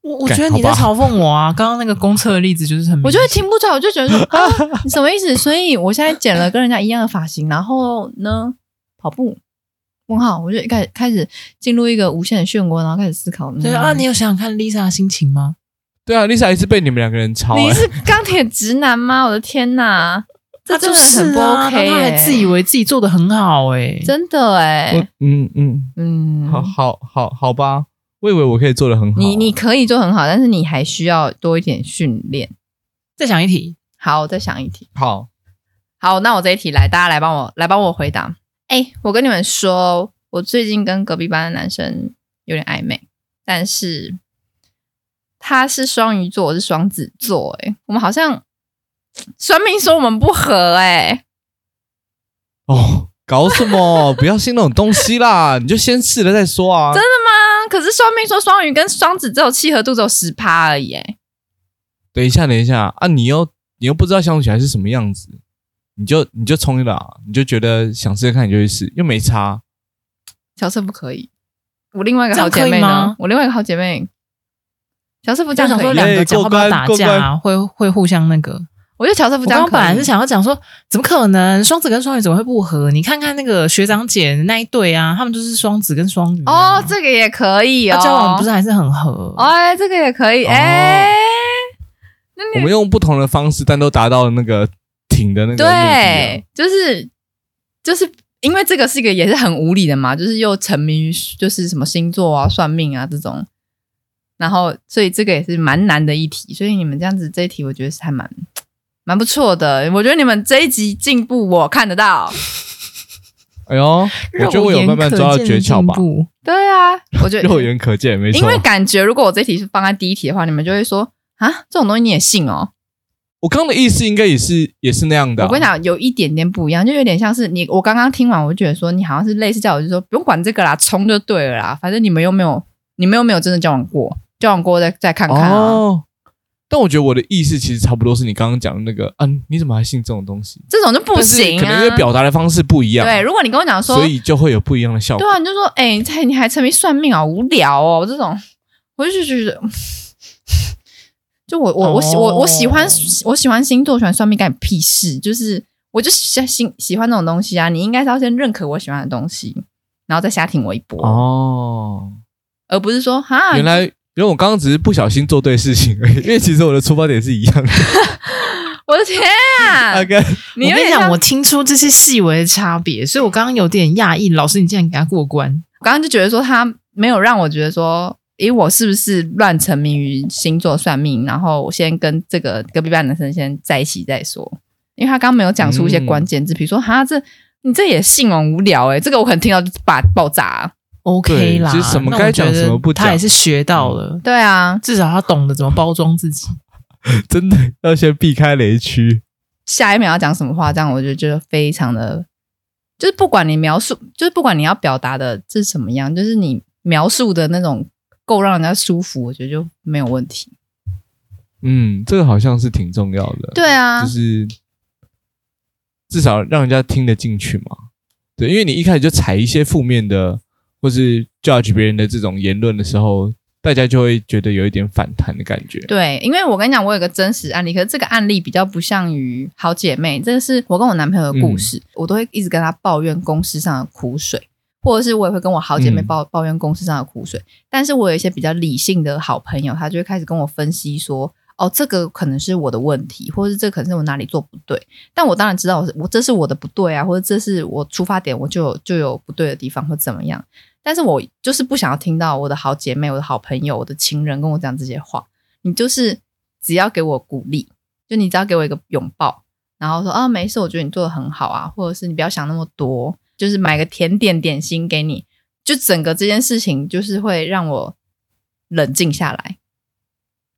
B: 我我觉得你在
A: 干
B: 嘲讽我啊！刚刚那个公厕的例子就是很明显，
C: 我就会听不出来，我就觉得说啊，你什么意思？所以我现在剪了跟人家一样的发型，然后呢跑步。问号，我就开始开始进入一个无限的漩涡，然后开始思考。嗯
B: 对啊，你有想想看 Lisa 的心情吗？
A: 对啊，Lisa 一次被你们两个人抄、
C: 你
A: 欸，
C: 是钢铁直男吗？我的天哪，这真的很不
B: 他就是啊
C: OK
B: 他还
C: 欸
B: 自以为自己做的很好哎、
C: 真的哎、
A: 我嗯嗯，
C: 嗯，
A: 好好好好吧，我以为我可以做的很好啊，
C: 你你可以做很好，但是你还需要多一点训练。
B: 再想一题，
C: 好，我再想一题。
A: 好，
C: 好，那我这一题来，大家来帮我来帮我回答。哎，我跟你们说，我最近跟隔壁班的男生有点暧昧，但是他是双鱼座，我是双子座，哎，我们好像算命说我们不合，哎，
A: 哦，搞什么？ 不要信那种东西啦，你就先试了再说啊。真的？
C: 啊，可是算命说双鱼跟双子只有契合度只有十趴而已，哎，
A: 等一下，等一下啊！你又你又不知道相处起来是什么样子，你就你就冲一把，你就觉得想试试看，你就去试，又没差。
C: 乔瑟夫可以。我另外一个
B: 这样
C: 好姐
B: 可以
C: 妹呢
B: 吗？
C: 我另外一个好姐妹乔瑟夫这
B: 就
C: 样
B: 想
C: 可以
B: 说哎
C: 吗
B: 两
A: 耶
B: 个讲话
A: 过关
B: 不打
A: 过
B: 架、啊，会会互相那个。
C: 我觉得乔瑟夫
B: 我
C: 这
B: 刚
C: 样
B: 刚
C: 可
B: 本来
C: 以
B: 是想要讲说，怎么可能双子跟双鱼怎么会不合？你看看那个学长姐那一对啊，他们就是双子跟双鱼啊、
C: 哦，这个也可以哦，
B: 那交往不是还是很合？
C: 哎，这个也可以
A: 哦
C: 哎，
A: 我们用不同的方式，但都达到那个挺的那个目的啊
C: 对，就是就是因为这个是一个也是很无理的嘛，就是又沉迷于就是什么星座啊、算命啊这种，然后所以这个也是蛮难的一题，所以你们这样子这一题，我觉得是还蛮蛮不错的，我觉得你们这一集进步我看得到，
A: 哎呦，我觉得我有慢慢抓到诀窍吧，
B: 肉眼可见的进步
C: 对啊，我觉得
A: 肉眼可见，没
C: 因
A: 错。
C: 为感觉如果我这题是放在第一题的话，你们就会说啊，这种东西你也信哦。
A: 我刚刚的意思应该也是也是那样的啊、
C: 我跟你讲，有一点点不一样，就有点像是你，我刚刚听完，我就觉得说你好像是类似叫我，就说不用管这个啦，冲就对了啦，反正你们又没有，你们又没有真的交往过，交往过再再看看啊。
A: 哦，但我觉得我的意思其实差不多是你刚刚讲的那个，嗯、你怎么还信这种东西？
C: 这种就不
A: 但是
C: 行、啊，
A: 可能因为表达的方式不一样，
C: 对。如果你跟我讲说，
A: 所以就会有不一样的效果
C: 对。啊，你就说哎，你、你还沉迷算命啊，无聊哦，这种，我就觉得。 就我我我喜我我喜欢
B: 哦
C: 我喜欢星座，喜欢算命，干你屁事！就是我就喜喜喜欢这种东西啊，你应该是要先认可我喜欢的东西，然后再瞎挺我一波。
A: 哦，
C: 而不是说哈，
A: 原来原来我刚刚只是不小心做对事情而已，因为其实我的出发点是一样的。
C: 我的天 啊！
A: 大概
C: 你
B: 哎
C: 有
B: 我跟
C: 点
B: 你
C: 像
B: 讲，我听出这些细微的差别，所以我刚刚有点讶异，老师你竟然给他过关。
C: 我刚刚就觉得说他没有让我觉得说，诶，我是不是乱沉迷于星座算命？然后我先跟这个隔壁班男生先在一起再说，因为他刚刚没有讲出一些
A: 嗯
C: 关键字，比如说哈这。你这也信哦，无聊诶、这个我可能听到就把爆炸、
B: OK
A: 对
B: 啦，
A: 其实什么
B: 那
A: 该
B: 我觉
A: 讲
B: 得
A: 什么不讲
B: 他也是学到了，
C: 对啊，
B: 至少他懂得怎么包装自己。
A: 真的要先避开雷区。
C: 下一秒要讲什么话，这样我就觉得非常的，就是不管你描述，就是不管你要表达的是什么样，就是你描述的那种够让人家舒服，我觉得就没有问题。
A: 嗯，这个好像是挺重要的。
C: 对啊，
A: 就是至少让人家听得进去嘛。对，因为你一开始就踩一些负面的或是 judge 别人的这种言论的时候，大家就会觉得有一点反弹的感觉。
C: 对，因为我跟你讲，我有个真实案例，可是这个案例比较不像于好姐妹，这个是我跟我男朋友的故事，我都会一直跟他抱怨公司上的苦水，或者是我也会跟我好姐妹
A: 嗯
C: 抱、抱怨公司上的苦水。但是我有一些比较理性的好朋友，他就会开始跟我分析说，哦，这个可能是我的问题，或者是这可能是我哪里做不对。但我当然知道我是我这是我的不对啊，或者这是我出发点我就有就有不对的地方或怎么样。但是我就是不想要听到我的好姐妹、我的好朋友、我的情人跟我讲这些话。你就是只要给我鼓励，就你只要给我一个拥抱，然后说啊没事，我觉得你做的很好啊，或者是你不要想那么多，就是买个甜点点心给你，就整个这件事情就是会让我冷静下来，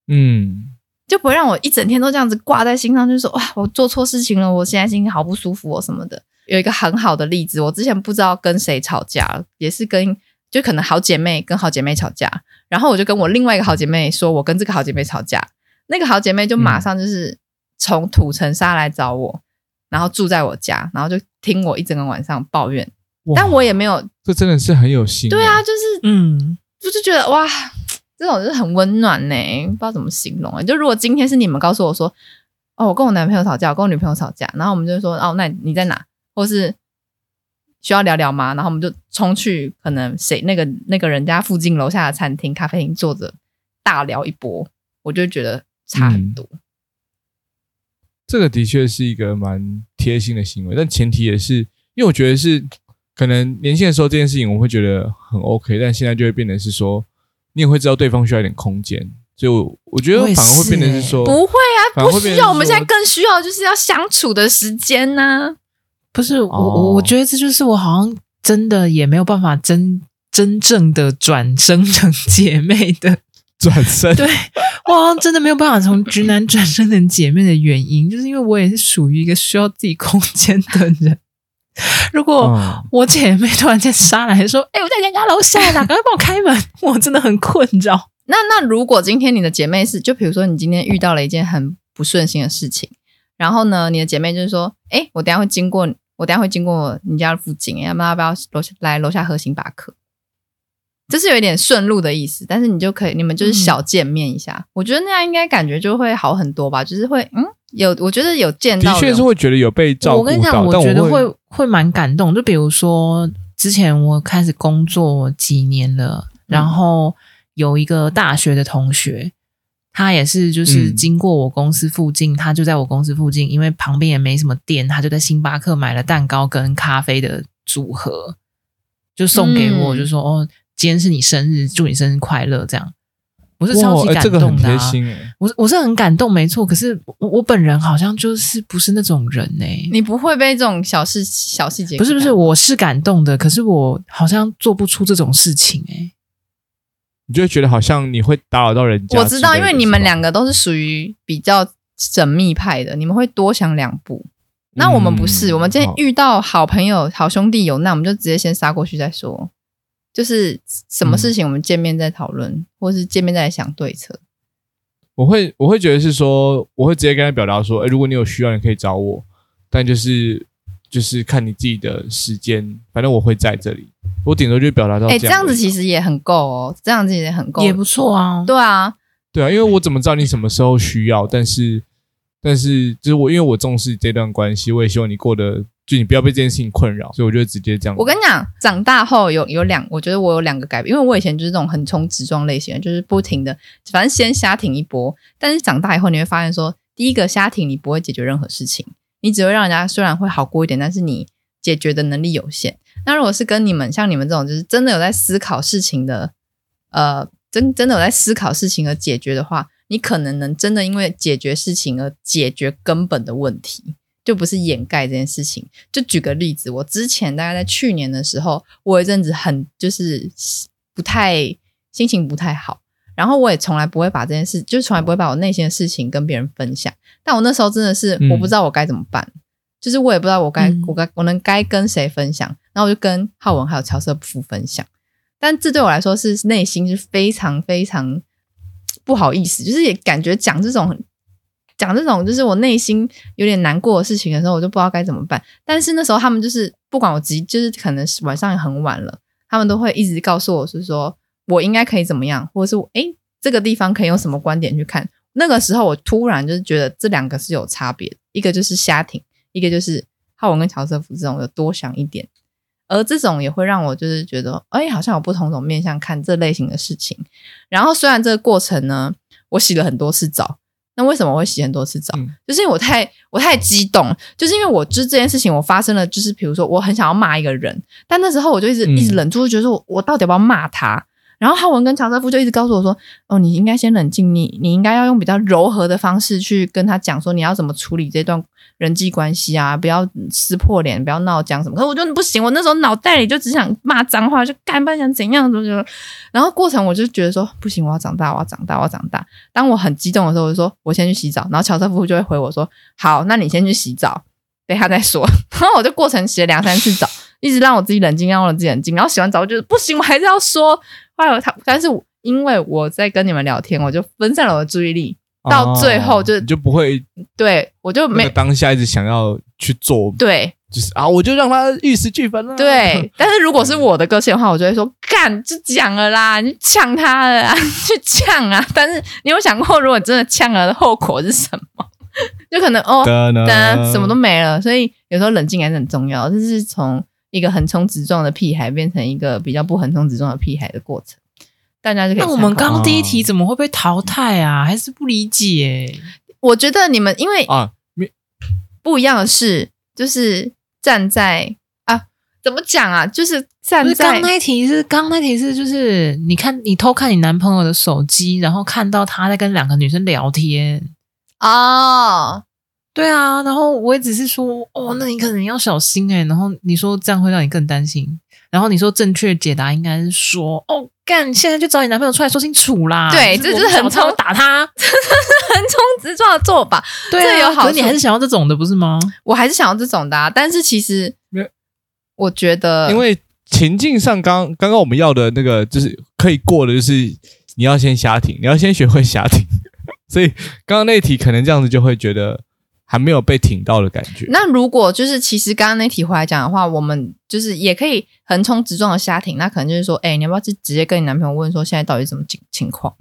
A: 嗯，
C: 就不会让我一整天都这样子挂在心上，就是说哇我做错事情了，我现在心情好不舒服哦什么的。有一个很好的例子，我之前不知道跟谁吵架，也是跟就可能好姐妹跟好姐妹吵架，然后我就跟我另外一个好姐妹说，我跟这个好姐妹吵架，那个好姐妹就马上就是从土城沙来找我，然后住在我家，然后就听我一整个晚上抱怨，
A: 哇
C: 但我也没有，
A: 这真的是很有心。
C: 对啊，，就是
B: 嗯，
C: 我就觉得哇，这种就是很温暖呢、不知道怎么形容、欸。就如果今天是你们告诉我说，哦，我跟我男朋友吵架，我跟我女朋友吵架，然后我们就说，哦，那你在哪？或是需要聊聊吗？然后我们就冲去可能谁那个那个人家附近楼下的餐厅、咖啡厅坐着大聊一波，我就觉得差很多。
A: 嗯这个的确是一个蛮贴心的行为，但前提也是因为我觉得是可能年轻的时候这件事情我会觉得很 OK，但现在就会变成是说你也会知道对方需要一点空间，所以我我觉得
B: 我也是
A: 反而会变成是说
C: 不会啊，
A: 反而
C: 不
A: 会变成
C: 需要。
A: 说
C: 我们现在更需要就是要相处的时间呢、
B: 不是我
A: 哦
B: 我我觉得这就是我好像真的也没有办法真真正的转生成姐妹的，
A: 转身，
B: 对 我好像真的没有办法从直男转生成姐妹的原因，就是因为我也是属于一个需要自己空间的人。如果
A: 嗯
B: 我姐妹突然间杀来说：“哎、我在人家楼下啦，赶快帮我开门！” 我真的很困扰。
C: 那那如果今天你的姐妹是，就比如说你今天遇到了一件很不顺心的事情，然后呢，你的姐妹就是说，哎，我等一下会经过，我等一下会经过你家附近，要不要要不要楼下来楼下喝星巴克？这是有一点顺路的意思，但是你就可以，你
A: 嗯
C: 们就是小见面一下，我觉得那样应该感觉就会好很多吧，就是会嗯，有我觉得有见到
A: 的
C: 人，
A: 确是会觉得有被照
B: 我
A: 顾
B: 跟你
A: 到，
B: 讲，我
A: 但
B: 觉得
A: 会
B: 会会蛮感动。就比如说，之前我开始工作几年了，
A: 嗯
B: 然后有一个大学的同学，他也是就是
A: 嗯
B: 经过我公司附近，他就在我公司附近，因为旁边也没什么店，他就在星巴克买了蛋糕跟咖啡的组合，就送给我，
C: 嗯
B: 就说：“哦，今天是你生日，祝你生日快乐。”这样。我是
A: 哇
B: 超级
A: 哎
B: 感
A: 这个很
B: 动的、
A: 贴
B: 啊，
A: 心哎。
B: 我是我是很感动，没错。可是我我本人好像就是不是那种人欸呢、
C: 你不会被这种小事小细节
B: 不是不
C: 感
B: 是，我是感动的，可是我好像做不出这种事情哎、
A: 你就会觉得好像你会打扰到人家之类
C: 我
A: 的是
C: 知
A: 吗。
C: 道，因为你们两个都是属于比较缜密派的，你们会多想两步。那我们不是，
A: 嗯
C: 我们今天
A: 好
C: 遇到好朋友、好兄弟有难，我们就直接先杀过去再说。就是什
A: 嗯
C: 么事情我们见面再讨论，或是见面再来想对策。
A: 我会我会觉得是说，我会直接跟他表达说，哎，如果你有需要，你可以找我，但就是就是看你自己的时间，反正我会在这里。我顶多就表达到
C: 哎、
A: 哦这
C: 这样
A: 而
C: 子
A: 已
C: 其实也很够哦，这样子也很够，
B: 也不错啊。
C: 对啊。
A: 对啊，因为我怎么知道你什么时候需要？但是但是就是我因为我重视这段关系，我也希望你过得就你不要被这件事情困扰，所以我就直接这样。
C: 我跟你讲，长大后有有两，我觉得我有两个改变，因为我以前就是这种很冲直撞类型的，就是不停的，反正先瞎挺一波。但是长大以后，你会发现说，第一个瞎挺你不会解决任何事情，你只会让人家虽然会好过一点，但是你解决的能力有限。那如果是跟你们像你们这种，就是真的有在思考事情的，呃，真真的有在思考事情而解决的话，你可能能真的因为解决事情而解决根本的问题。就不是掩盖这件事情。就举个例子，我之前大概在去年的时候，我有一阵子很就是不太心情不太好，然后我也从来不会把这件事，就是从来不会把我内心的事情跟别人分享。但我那时候真的是
A: 嗯
C: 我不知道我该怎么办，就是我也不知道我该、
B: 嗯
C: 我该我能该跟谁分享，然后我就跟浩文还有乔瑟夫分享。但这对我来说是内心是非常非常不好意思，就是也感觉讲这种讲这种就是我内心有点难过的事情的时候，我就不知道该怎么办。但是那时候他们就是不管我几，就是可能是晚上也很晚了，他们都会一直告诉我是说我应该可以怎么样，或者是我诶这个地方可以用什么观点去看。那个时候我突然就是觉得这两个是有差别的，一个就是瞎挺，一个就是浩文跟乔瑟夫这种有多想一点。而这种也会让我就是觉得，哎、好像有不同种面向看这类型的事情。然后虽然这个过程呢，我洗了很多次澡，那为什么我会洗很多次澡？
A: 嗯
C: 就是因为我太我太激动，就是因为我知这件事情我发生了，就是比如说我很想要骂一个人，但那时候我就一直
A: 嗯
C: 一直忍住，就觉得说我我到底要不要骂他？然后浩文跟乔瑟夫就一直告诉我说：“哦，你应该先冷静，你你应该要用比较柔和的方式去跟他讲说你要怎么处理这段人际关系啊，不要撕破脸，不要闹僵什么。”可是我就不行，我那时候脑袋里就只想骂脏话，就干不然想怎样怎么怎么。然后过程我就觉得说不行，我要长大，我要长大，我要长大。当我很激动的时候，我就说我先去洗澡，然后乔瑟夫就会回我说：“好，那你先去洗澡，等一下再说。” 然后我就过程洗了两三次澡，一直让我自己冷静，让我自己冷静。然后洗完澡，我觉得不行，我还是要说。后来我他，但是我因为我在跟你们聊天，我就分散了我的注意力，到最后就
A: 哦你就不会
C: 对我就
A: 那
C: 没
A: 个当下一直想要去做，
C: 对
A: 就是啊，我就让他玉石俱焚了。
C: 对，但是如果是我的个性的话，我就会说干就讲了啦，你呛他了啊， 去呛啊。但是你有想过，如果真的呛了的后果是什么？ 就可能哦，
A: 的呢，
C: 但什么都没了，所以有时候冷静还是很重要。这是从一个横冲直撞的屁孩变成一个比较不横冲直撞的屁孩的过程，大家就可以
B: 那
C: 参考。
B: 我们刚刚第一题怎么会被淘汰啊？还是不理解？欸
C: 我觉得你们因为
A: 啊，
C: 不一样的是，就是站在啊，怎么讲啊？就是
B: 不
C: 站
B: 是
C: 在
B: 刚那一题是刚那题是就是你看你偷看你男朋友的手机，然后看到他在跟两个女生聊天。
C: 哦，
B: 对啊，然后我也只是说，哦，那你可能要小心哎、然后你说这样会让你更担心，然后你说正确解答应该是说，哦，干，现在就找你男朋友出来说清楚啦。
C: 对这就是
B: 我不
C: 很
B: 小心
C: 冲
B: 打他。
C: 横冲直撞的做法，
B: 对啊，
C: 这有好
B: 可是你
C: 处
B: 还是想要这种的不是吗？
C: 我还是想要这种的、啊。但是其实
A: 没有，
C: 我觉得，
A: 因为情境上刚刚刚我们要的那个就是可以过的，就是你要先瞎停，你要先学会瞎停。 所以刚刚那一题可能这样子就会觉得还没有被挺到的感觉。
C: 那如果就是其实刚刚那题回来讲的话，我们就是也可以横冲直撞的瞎挺，那可能就是说，哎、你要不要就直接跟你男朋友问说现在到底是什么情情况？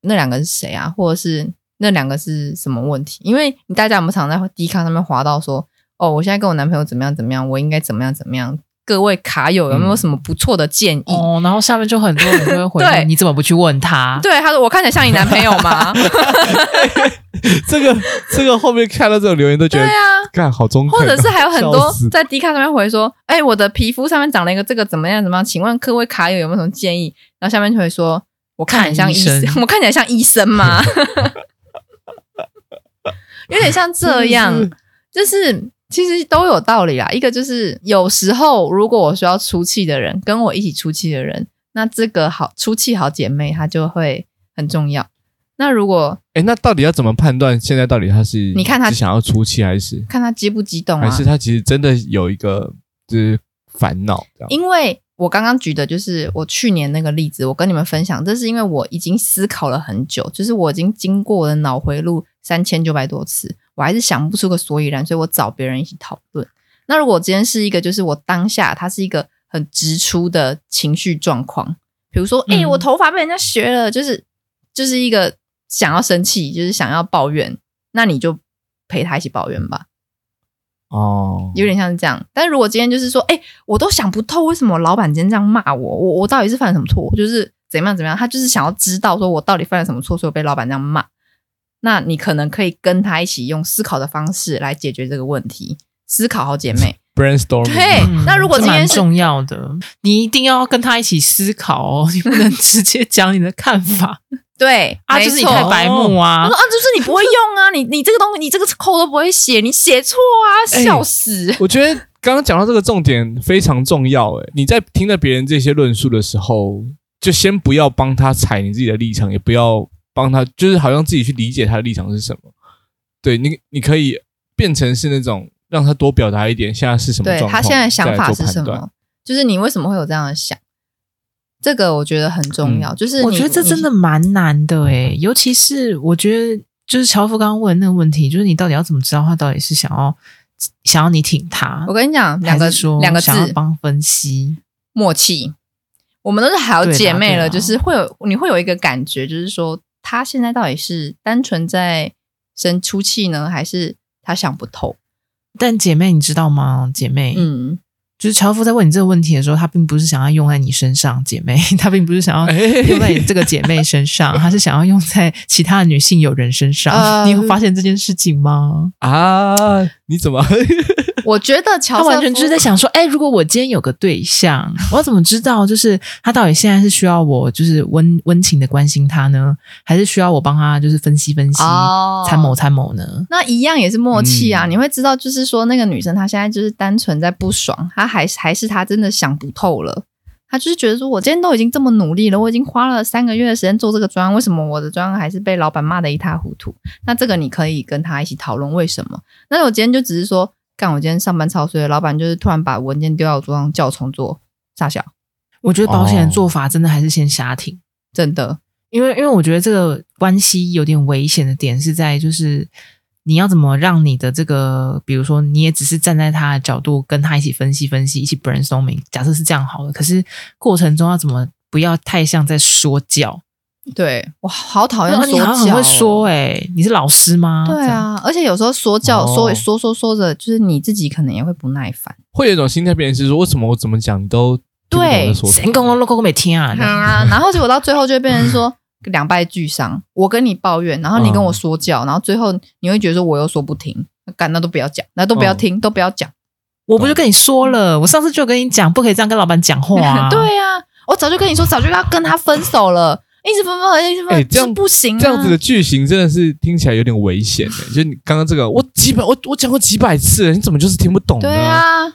C: 那两个是谁啊？或者是那两个是什么问题？因为你大家有没有常在 D 卡上面滑到说，哦，我现在跟我男朋友怎么样怎么样，我应该怎么样怎么样？各位卡友有没有
A: 嗯
C: 什么不错的建议？
B: 哦，然后下面就很多人都会回
C: 嗯对
B: 复，你怎么不去问他？
C: 对，他说我看起来像你男朋友吗？
A: 这个这个后面看到这种留言都觉
C: 对
A: 得，
C: 啊，
A: 干好中肯
C: 或
A: 啊、
C: 者是还有 很
A: 笑
C: 多
A: 死
C: 在 D 卡上面回说，哎、我的皮肤上面长了一个这个怎么样怎么样？请问各位卡友有没有什么建议？然后下面就会说，我看起来像医
B: 看医
C: 生，我看起来像医生吗？ 有点像这样，就是其实都有道理啦。一个就是有时候如果我需要出气的人，跟我一起出气的人，那这个好出气好姐妹她就会很重要。那如果
A: 哎，那到底要怎么判断现在到底他是
C: 你看他
A: 是想要出气还是
C: 看她激不激动啊，
A: 还是他其实真的有一个就是烦恼这样？
C: 因为我刚刚举的就是我去年那个例子，我跟你们分享，这是因为我已经思考了很久，就是我已经经过我的脑回路三千九百多次，我还是想不出个所以然，所以我找别人一起讨论。那如果今天是一个，就是我当下它是一个很直出的情绪状况，比如说，哎、
B: 嗯
C: 我头发被人家学了，就是就是一个想要生气，就是想要抱怨，那你就陪他一起抱怨吧。
A: 哦，
C: 有点像是这样。但如果今天就是说，哎、我都想不透为什么老板今天这样骂我，我我到底是犯了什么错？我就是怎么样怎么样，他就是想要知道说我到底犯了什么错，所以我被老板这样骂。那你可能可以跟他一起用思考的方式来解决这个问题，思考好姐妹。
A: brainstorm
C: 对
B: 嗯
C: 那如果
B: 这
C: 今天
B: 蛮
C: 是
B: 重要的，你一定要跟他一起思考 哦，你不能直接讲你的看法
C: 对，
B: 啊，
C: 没
B: 就是你
C: 错
B: 太白目
C: 他
B: 啊
C: 说。啊，就是你不会用啊，你你这个东西，你这个扣都不会写，你写错啊，
A: 哎
C: 笑死！
A: 我觉得刚刚讲到这个重点非常重要，诶，你在听了别人这些论述的时候，就先不要帮他踩你自己的立场，也不要帮他，就是好像自己去理解他的立场是什么。对你，你可以变成是那种让他多表达一点，现在是什么
C: 对
A: 状况，
C: 他现在的想法
A: 再
C: 是
A: 来做
C: 什
A: 判断？
C: 么？就是你为什么会有这样的想？这个我觉得很重要，就是
B: 嗯我
C: 你
B: 觉得这
C: 你
B: 真的蛮难的诶、尤其是我觉得就是乔夫刚刚问的那个问题，就是你到底要怎么知道他到底是想要想要你挺他
C: 我，跟你讲，两
B: 还
C: 个
B: 是说
C: 两个字
B: 想要帮分析，
C: 默契。我们都是好
B: 对啦
C: 姐妹了，
B: 对
C: 就
B: 啦
C: 是会有你会有一个感觉，就是说她现在到底是单纯在生出气呢，还是她想不透？
B: 但姐妹你知道吗？姐妹，
C: 嗯，
B: 就是樵夫在问你这个问题的时候，他并不是想要用在你身上，姐妹，他并不是想要
A: 哎
B: 用 在你这个姐妹身上，他是想要用在其他的女性友人身上。
C: 呃
B: 你有发现这件事情吗？
A: 啊，你怎么
C: 我觉得乔
B: 他
C: 瑟夫
B: 完全 就是在想说，哎、如果我今天有个对象，我要怎么知道，就是他到底现在是需要我就是温温情的关心他呢，还是需要我帮他就是分析分析、
C: 哦
B: 参谋参谋呢？
C: 那一样也是默契啊，
A: 嗯
C: 你会知道，就是说那个女生她现在就是单纯在不爽，她还还是她真的想不透了，她就是觉得说，我今天都已经这么努力了，我已经花了三个月的时间做这个专案，为什么我的专案还是被老板骂得一塌糊涂？那这个你可以跟她一起讨论为什么。那我今天就只是说，干，我今天上班超衰，老板就是突然把文件丢到我桌上叫我重做，傻小，
B: 我觉得保险的
A: 哦
B: 做法真的还是先瞎听。
C: 真的，
B: 因为因为我觉得这个关系有点危险的点是在就是你要怎么让你的这个，比如说你也只是站在他的角度跟他一起分析分析，一起 brainstorming，假设是这样好了，可是过程中要怎么不要太像在说教？
C: 对我好讨厌
B: 那
C: 说
B: 你好像
C: 教
B: 很会
C: 哦
B: 说哎、你是老师吗？
C: 对
B: 这样，
C: 啊，而且有时候说教说
A: 哦
C: 说说说着，就是你自己可能也会不耐烦。
A: 会有一种心态？别人是说为什么我怎么讲你都听不懂
C: 对
A: 在说什么
B: 神功都 logo 没听啊，
C: 啊， 然后结果到最后就会变 成说两败俱伤。我跟你抱怨，然后你跟我说
A: 嗯
C: 教，然后最后你会觉得说我又说不听，干那都不要讲，那都不要听，都不要讲。
B: 我不就跟你说了，我上次就跟你讲不可以这样跟老板讲
A: 哦
B: 话、啊，
C: 对呀、我早就跟你说，早就要跟他分手了，一直分分合，一直分合，
A: 哎这样
C: 是不行、啊。
A: 这样子的句型真的是听起来有点危险的、就你刚刚这个，我几百我我讲过几百次了，你怎么就是听不懂呢？
C: 对，啊，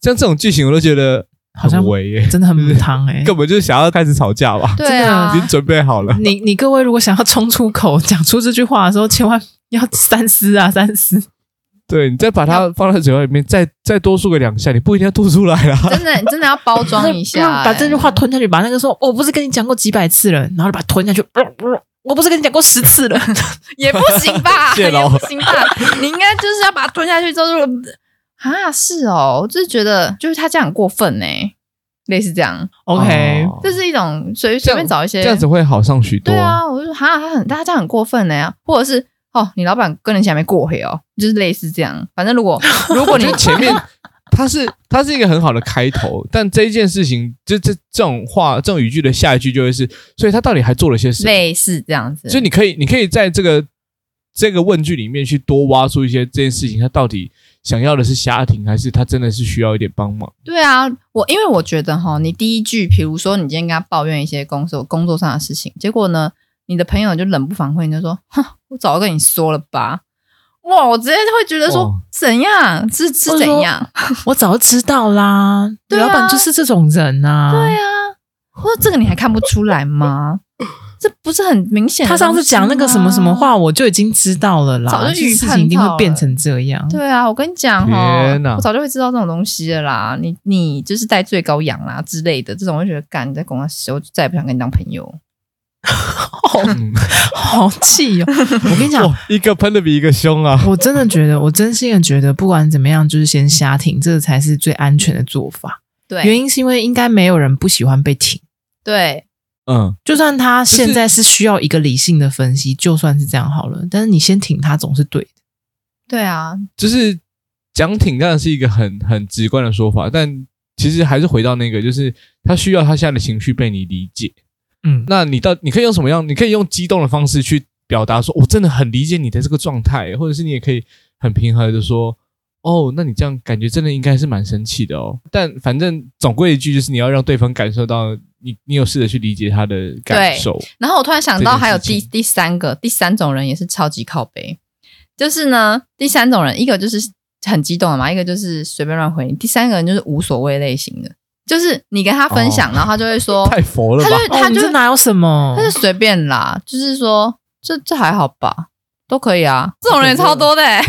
A: 像这种句型我都觉得
B: 好像
A: 很违、耶
B: 真的很母汤哎、
A: 根本就是想要开始吵架吧？
C: 对啊
A: 已，经准备好了。
B: 你你各位如果想要冲出口讲出这句话的时候，千万要三思啊，三思。
A: 对你再把它放在嘴巴里面，再再多说个两下，你不一定要吐出来啊 啦。
C: 真的真的要包装一 下、
B: 把这句
C: 哎
B: 话吞下去，把那个说“我不是跟你讲过几百次了”，然后把它吞下去，哦我不是跟你讲过十次 了，
C: 也不行 吧，
A: 谢
C: 也
A: 喽
C: 不行吧， 你应该就是要把它吞下去之后就， 啊，是哦，我就是觉得就是他这样很过分呢、类似这样，
B: OK，、
A: 哦
C: 这是一种随
A: 这
C: 随
A: 样
C: 便找一些
A: 这样子会好上许多。
C: 对啊，我就说哈，他很他这样很过分呢、欸啊或者是哦，你老板跟人家没过黑哦，就是类似这样。反正 如果如果
A: 我
C: 你
A: 觉得前面它是它是一个很好的开头，但这一件事情，这这这种话这种语句的下一句就会是，所以他到底还做了些什么？
C: 类似这样子，
A: 所以你可以，你可以在这个这个问句里面去多挖出一些这件事情，他到底想要的是家庭，还是他真的是需要一点帮忙？
C: 对啊，我因为我觉得哈，你第一句，比如说你今天跟他抱怨一些工作工作上的事情，结果呢，你的朋友就冷不防会就说：“哼，我早就跟你说了吧。”哇，我直接会觉得说、
A: 哇
C: 怎样是是怎样？
B: 我早就知道啦，你
C: 对啊
B: 老板就是这种人啊，
C: 对啊，或者这个你还看不出来吗？这不是很明显的
B: 他
C: 东西吗？
B: 上次讲那个什么什么话，我就已经知道了啦，
C: 啊早就预
B: 这事
C: 判
B: 情一定
C: 到
B: 会
C: 了
B: 变成这样。
C: 对啊，我跟你讲哈
A: 天，哪
C: 我早就会知道这种东西了啦。你你就是戴最高痒啦之类的，这种我就觉得干你在公司，我就再也不想跟你当朋友。
A: 嗯、
B: 好气哦！我跟你讲，
A: 哇，一个喷的比一个凶啊！
B: 我真的觉得，我真心的觉得，不管怎么样，就是先瞎停，这才是最安全的做法。原
C: 对
B: 因是因为应该没有人不喜欢被停，
C: 对，
A: 嗯，
B: 就算他现在是需要一个理性的分析，就算是这样好了，但是你先挺他总是对的。
C: 对啊，
A: 就是讲挺当然是一个很很直观的说法，但其实还是回到那个，就是他需要他现在的情绪被你理解。
B: 嗯，
A: 那你到你可以用什么样？你可以用激动的方式去表达说，我真的很理解你的这个状态，或者是你也可以很平和的说，哦，那你这样感觉真的应该是蛮生气的哦。但反正总归一句就是你要让对方感受到你，你有试着去理解他的感受。
C: 然后我突然想到，还有第
A: 这件事情
C: 第三个，第三种人也是超级靠背，就是呢，第三种人，一个就是很激动的嘛，一个就是随便乱回你，第三个人就是无所谓类型的，就是你跟他分享，然后他就会说，
A: 哦 太佛了
C: 他
A: 吧
C: 就！会
B: 哦，
C: 他
B: 你
C: 就
B: 这
C: 会
B: 哪有什么
C: 他？就随便啦，就是说这这还好吧，都可以啊，这种人也超多的、欸，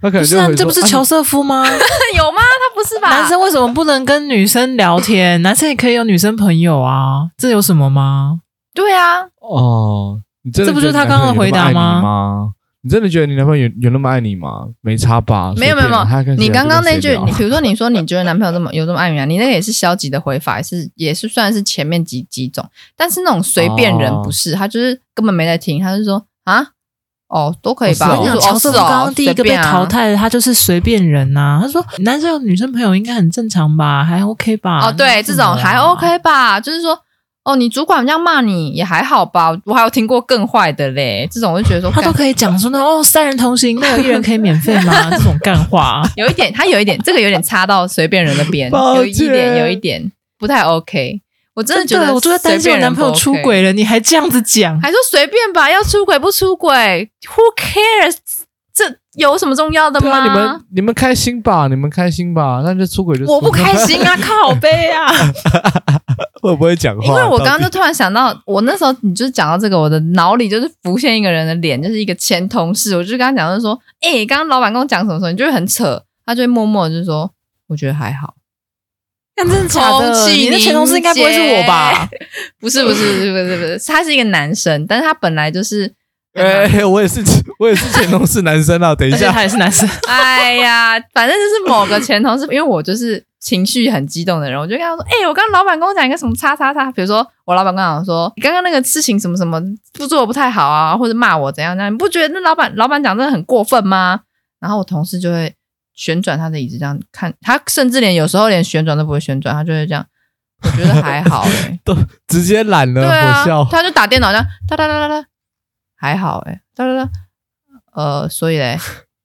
A: 他可
B: 不
A: 能
B: 是
A: 就
B: 啊，
A: 会
B: 这不
A: 说
B: 是
A: 哎
B: 乔瑟夫 吗？
C: 有吗？他不是吧？
B: 男生为什么不能跟女生聊 天？男生也可以有女生朋友啊，这有什么吗？
C: 对啊，
A: 哦，你真的
B: 这不
A: 觉
B: 就是
A: 得
B: 他刚刚的
A: 男朋友有
B: 回答
A: 那么爱
B: 吗
A: 你吗？你真的觉得你男朋友有有那么爱你吗？没差吧？
C: 没有没有
A: 随便啊他
C: 没有
A: 看，起来
C: 你刚刚
A: 就跟谁
C: 那句，
A: 聊
C: 你比如说你说你觉得男朋友这么有这么爱你啊，你那个也是消极的回法，也是也是算是前面几几种，但是那种随便人
A: 哦
C: 不是，他就是根本没在听，他就说啊哦，都可以吧。
A: 哦是哦
B: 我跟你
C: 就
B: 讲，
C: 说
B: 乔瑟夫
C: 是哦
B: 刚刚第一个
C: 随
B: 被
C: 便啊
B: 淘汰的，他就是随便人呐、他说男生有女生朋友应该很正常吧，还 OK 吧？
C: 哦，对，这
B: 啊
C: 种还 OK 吧？就是说，哦，你主管这样骂你也还好吧？我还有听过更坏的嘞，这种我就觉得说，
B: 他都
C: 干
B: 可以讲说那哦，三人同行，那有一人可以免费 吗？这种干话，啊
C: 有一点，他有一点，这个有点插到随便人的边，
A: 抱
C: 有一点，
A: 歉
C: 有一点不太 OK。我真的觉
B: 真
C: 得，
B: 的，我就在担心我男朋友出，轨了，你还这样子讲，
C: 还说随便吧，要出轨不出轨，Who cares？这有什么重要的
A: 对
C: 吗？
A: 啊，你们你们开心吧，你们开心吧，那就出轨就
C: 我不
A: 出轨
C: 开，心啊，靠背啊！
A: 会不会讲话？
C: 因为我刚
A: 到
C: 刚
A: 底
C: 就突然想到，我那时候你就是讲到这个，我的脑里就是浮现一个人的脸，就是一个前同事，我就跟他讲，就是说，哎、刚刚老板跟我讲什么时候，你就会很扯，他就会默默地就是说，我觉得还好，
B: 看真的假
C: 空
B: 的？
C: 气
B: 你的前同事应该不会是我吧？
C: 不是不是不是不是不是，他是一个男生，但是他本来就是，
A: 哎、我也是， 我也是前同事男生 啊。等一
B: 而且
A: 下，
B: 他也是男生，
C: 哎呀，反正就是某个前同事，因为我就是情绪很激动的人，我就跟他说：“哎、我刚刚老板跟我讲一个什么叉叉叉，比如说我老板跟我讲说，你刚刚那个事情什么什么不做的不太好啊，或者骂我怎样怎样，你不觉得那老板老板讲真的很过分吗？”然后我同事就会旋转他的椅子这样看，他甚至连有时候连旋转都不会旋转，他就会这样。我觉得还好哎、
A: 直接懒 了，
C: 对啊
A: 我笑，。
C: 他就打电脑这样哒哒哒哒哒，还好哎、哒哒哒，呃，所以嘞，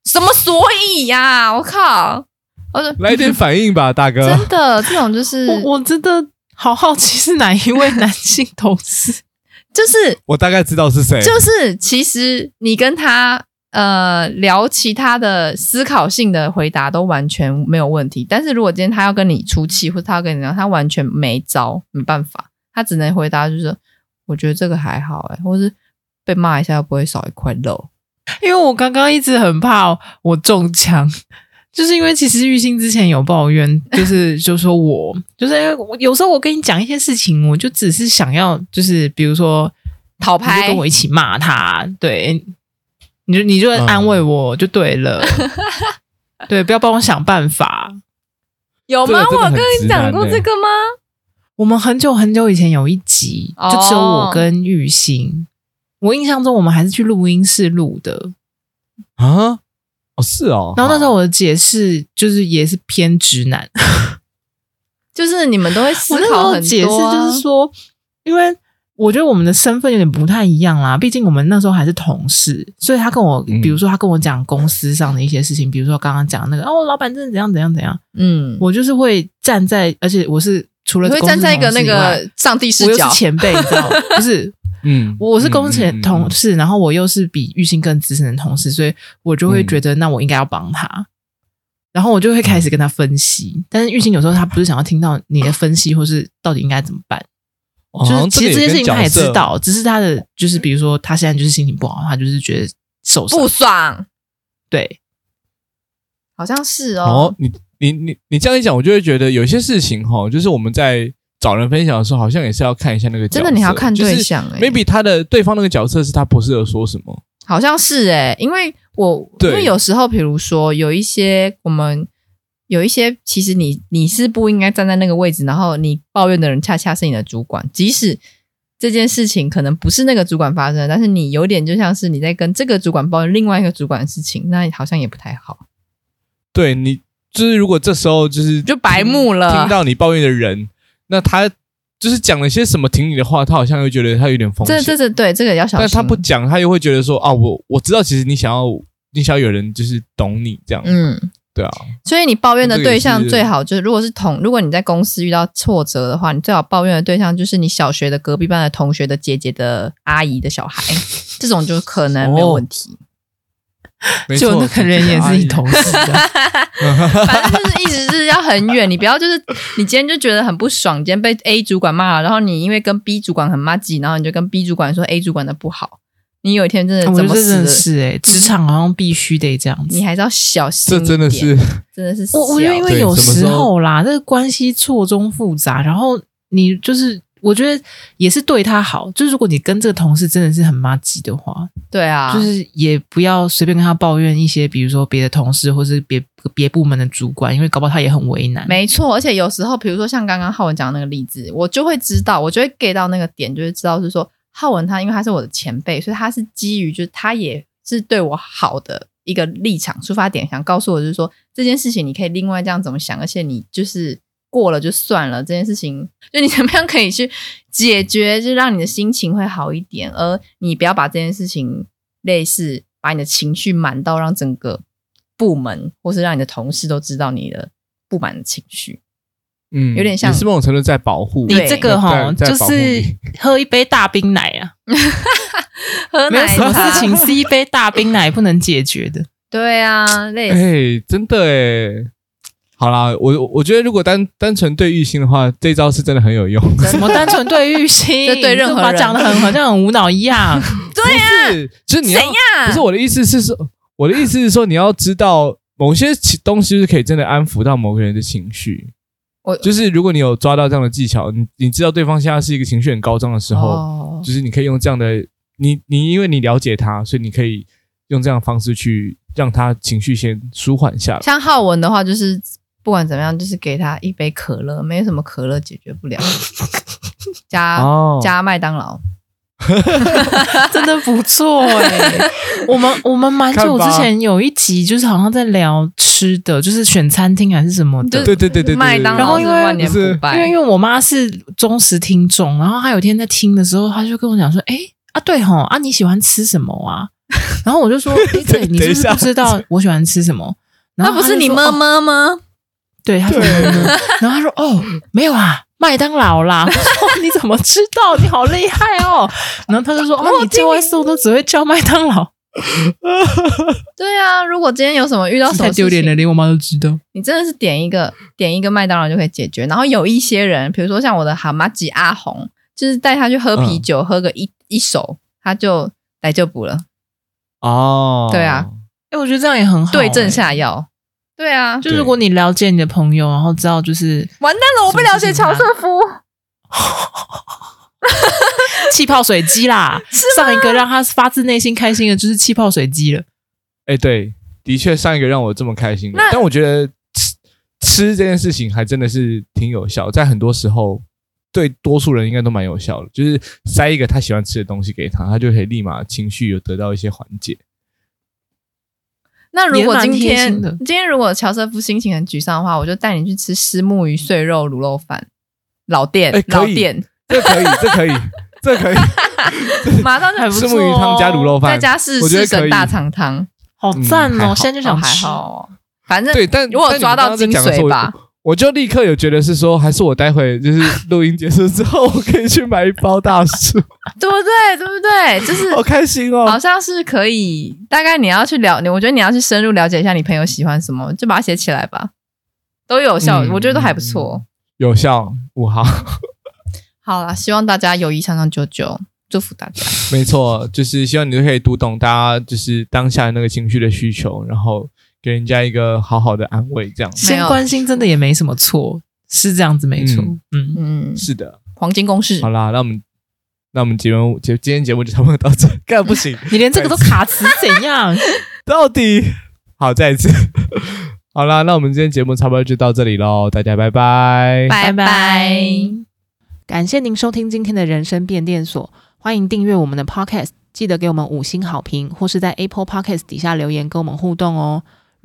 C: 什么所以呀、我靠！我说
A: 来一点反应吧，大哥。
C: 真的，这种就是
B: 我我真的好好奇是哪一位男性同事，
C: 就是
A: 我大概知道是谁。
C: 就是，其实你跟他呃聊其他的思考性的回答都完全没有问题，但是如果今天他要跟你出气，或者他要跟你聊，他完全没招，没办法，他只能回答就是我觉得这个还好哎、或是被骂一下又不会少一块肉。
B: 因为我刚刚一直很怕我中枪。就是因为其实玉兴之前有抱怨，就是就说我就是因为我有时候我跟你讲一些事情，我就只是想要就是比如说
C: 讨
B: 你就
C: 拍
B: 跟，我一起骂他，对，你就你就安
A: 嗯
B: 慰我、就对 了，对，不要帮我想办法。
C: 有
A: 这个
C: 吗？
A: 真的
C: 我有
A: 很
C: 跟你
A: 直
C: 讲
A: 男
C: 过
A: 欸
C: 这个吗？
B: 我们很久很久以前有一集，
C: 哦
B: 就只有我跟玉兴。我印象中，我们还是去录音室录的。
A: 啊，哦是哦。
B: 然后那时候我的解释就是也是偏直男，
C: 就是你们都会思
B: 我那时
C: 考
B: 候
C: 很
B: 解释
C: 多啊、
B: 就是说，因为我觉得我们的身份有点不太一样啦，毕竟我们那时候还是同事，所以他跟我，
A: 嗯
B: 比如说他跟我讲公司上的一些事情，比如说刚刚讲那个哦，老板真的怎样怎样怎样，
C: 嗯，
B: 我就是会站在，而且我是除了
C: 你会
B: 公司
C: 站在一个
B: 同
C: 那
B: 事以外
C: 个上帝
B: 我
C: 视
B: 又
C: 角
B: 是，前辈，你知道吗，不是
A: 嗯，
B: 我是公
A: 嗯
B: 司
A: 嗯嗯
B: 前同事，然后我又是比玉兴更资深的同事，所以我就会
A: 嗯
B: 觉得，那我应该要帮他。然后我就会开始跟他分
A: 嗯
B: 析，但是玉兴有时候他不是想要听到你的分析，或是到底应该怎么办，
A: 哦
B: 就
A: 好像
B: 是其
A: 个
B: 实这件
A: 跟
B: 事情
A: 角
B: 他也知
A: 色
B: 道，只是他的就是比如说他现在就是心情不好，他就是觉得受伤
C: 不，爽，
B: 对，
C: 好像是哦
A: 哦。，你你你你这样一讲，我就会觉得有些事情哈，就是我们在找人分享的时候，好像也是要看一下那个角色
C: 真的你还要看对象
A: 就是
C: 欸
A: maybe 他的对方那个角色是他不适合说什么。
C: 好像是哎、因为我因
A: 对
C: 为有时候，比如说有一些我们有一些，其实你你是不应该站在那个位置，然后你抱怨的人恰恰是你的主管，即使这件事情可能不是那个主管发生的，但是你有点就像是你在跟这个主管抱怨另外一个主管的事情，那好像也不太好，
A: 对你，就是如果这时候就是
C: 就白目
A: 听
C: 了。
A: 到你抱怨的人，那他就是讲了些什么挺你的话，他好像又觉得他有点风
C: 这
A: 险。
C: 这这对这个要小心。
A: 但他不讲，他又会觉得说啊，我我知道，其实你想要，你想要有人就是懂你这样，
C: 嗯，
A: 对啊，
C: 所以你抱怨的对
A: 这个
C: 象
A: 也是
C: 最好就是，如果是同，如果你在公司遇到挫折的话，你最好抱怨的对象就是你小学的隔壁班的同学的姐姐的阿姨的 小孩，这种就可能没有问题。
A: 哦没错
B: 就那个人也是你同事啊，
C: 反正就是一直是要很远，你不要就是你今天就觉得很不爽，你今天被 A 主管骂了，然后你因为跟 B 主管很骂鸡，然后你就跟 B 主管说 A 主管的不好，你有一天真的
B: 我
C: 怎
B: 觉得
C: 么
B: 这真
C: 死
B: 的
C: 的，
B: 是哎、职场好像必须得这样子
C: 你。还是要小心
A: 这
C: 一点。
A: 真的是
C: 真的是
B: 我我觉得因为
A: 对
B: 有
A: 什么
B: 时
A: 时候
B: 候啦，这个关系错综复杂，然后你就是我觉得也是对他好，就是如果你跟这个同事真的是很妈鸡的话，
C: 对啊，
B: 就是也不要随便跟他抱怨一些，比如说别的同事或是别别部门的主管，因为搞不好他也很为难。
C: 没错，而且有时候，比如说像刚刚浩文讲的那个例子，我就会知道，我就会 get 到那个点，就是知道是说浩文他，因为他是我的前辈，所以他是基于就是他也是对我好的一个立场出发点，想告诉我就是说这件事情你可以另外这样怎么想，而且你就是过了就算了，这件事情就你怎么样可以去解决，就让你的心情会好一点，而你不要把这件事情类似把你的情绪满到让整个部门或是让你的同事都知道你的不满的情绪。
A: 嗯，
C: 有点像
A: 也是某种程度在保护
B: 你
C: 对
B: 这个哈，
A: 在
B: 就
A: 在保护
B: 是
A: 你
B: 喝一杯大冰奶啊，
C: 喝
B: 没有
C: 奶
B: 什么
C: 茶
B: 事情是一杯大冰奶不能解决的。
C: 对啊，类似、
A: 哎、真的哎。好啦，我我觉得如果单单纯对玉兴的话，这一招是真的很有 用。
B: 什么单纯对玉心，
C: 这对任
B: 就
C: 何人
B: 把它讲的很好像很无脑一 样。
A: 对呀、是，就是你要
C: 怎样？
A: 不是我的意思是说，我的意思是说，你要知道某些其东西是可以真的安抚到某个人的情绪。
C: 我
A: 就是如果你有抓到这样的技巧，你你知道对方现在是一个情绪很高涨的时候，
C: 哦
A: 就是你可以用这样的，你你因为你了解他，所以你可以用这样的方式去让他情绪先舒缓下来。
C: 像浩文的话，就是不管怎么样，就是给他一杯可乐，没有什么可乐解决 不了，加、
A: 哦，
C: 加麦当劳，
B: 真的不错哎、我们我们蛮久之前有一集，就是好像在聊吃的，就是选餐厅还是什么的。
A: 对对对对，
C: 麦当
B: 然
C: 劳
B: 后
C: 是
B: 因为
C: 万年不
B: 因为
C: 败
B: 因。为我妈是忠实听众，然后她有一天在听的时候，她就跟我讲说：“哎、啊对吼啊你喜欢吃什么啊？” 然后我就说：“哎、对，你是
A: 等一
B: 不是
A: 下
B: 不知道我喜欢吃什么？”然
C: 那
B: 后
C: 不
B: 她
C: 是
B: 就
C: 你
B: 说
C: 么
B: 哦
C: 么吗？
B: 对，他说
A: 对
B: 嗯 然后他说哦，没有啊，麦当劳啦。 我说哦你怎么知道？你好厉害哦。然后他就说哦，你叫外送都只会叫麦当劳，
C: 对啊，如果今天有什么遇到什
B: 太
C: 么
B: 丢
C: 事
B: 脸了，
C: 情，
B: 连我妈都知道。
C: 你真的是点一个点一个麦当劳就可以解决。然后有一些人，比如说像我的蛤蟆吉阿红，就是带他去喝啤酒，喝个一一手，他就来就补了，
A: 哦，
C: 对啊，
B: 哎，我觉得这样也很好、
C: 对症
B: 哎。
C: 下药。对啊，
B: 就如果你了解你的朋友，然后知道就是
C: 完蛋了，我不了解乔瑟夫。
B: 气泡水机啦，上一个让他发自内心开心的就是气泡水机了。
A: 哎、对，的确上一个让我这么开心的
C: 那，
A: 但我觉得吃吃这件事情还真的是挺有效，在很多时候对多数人应该都蛮有效的，就是塞一个他喜欢吃的东西给他，他就可以立马情绪有得到一些缓解。
C: 那如果今
B: 也蛮贴
C: 天
B: 心的
C: 今天如果乔瑟夫心情很沮丧的话，我就带你去吃虱目鱼碎肉卤肉饭，老店、
A: 哎可以
C: 老店，
A: 这可以，这可以，这可以，
C: 马上就
B: 还不
A: 吃
B: 错
A: 木鱼汤加卤肉
C: 哦再
A: 饭，
C: 加试
A: 我觉得
C: 试
A: 可
C: 神
A: 以
C: 大肠汤，
B: 好赞
A: 嗯还
B: 哦！
A: 好
B: 现在就
C: 哦
B: 想
C: 还
B: 吃，
C: 好哦，反正
A: 对， 但
C: 如果
A: 但你
C: 抓到
A: 刚刚在
C: 精
A: 讲的时候
C: 髓吧
A: 我我就立刻有觉得是说，还是我待会就是录音结束之后，我可以去买一包大薯，
C: 对不对？对不对？ 就是
A: 好开心哦！
C: 好像是可以，大概你要去了，你我觉得你要去深入了解一下你朋友喜欢什么，就把它写起来吧，都有效，
A: 嗯
C: 我觉得都还不错。
A: 有效五号，
C: 好啦，希望大家友谊长长久久，祝福大家。
A: 没错，就是希望你都可以读懂大家就是当下那个情绪的需求，然后给人家一个好好的安慰，这样
B: 先关心真的也没什么错，是这样子没错。
A: 嗯
B: 嗯
C: 嗯，
A: 是的。
C: 黄金公式
A: 好啦，那我们那我们节目节今天节目就差不多到这， 干不行，
B: 你连这个都卡词怎样？
A: 到底好再一次。 好啦，那我们今天节目差不多就到这里喽，大家拜拜。
C: 拜拜。
B: 感谢您收听今天的人生变电所，欢迎订阅我们的 Podcast，记得给我们五星好评，或是在 Apple Podcast 底下留言跟我们互动哦。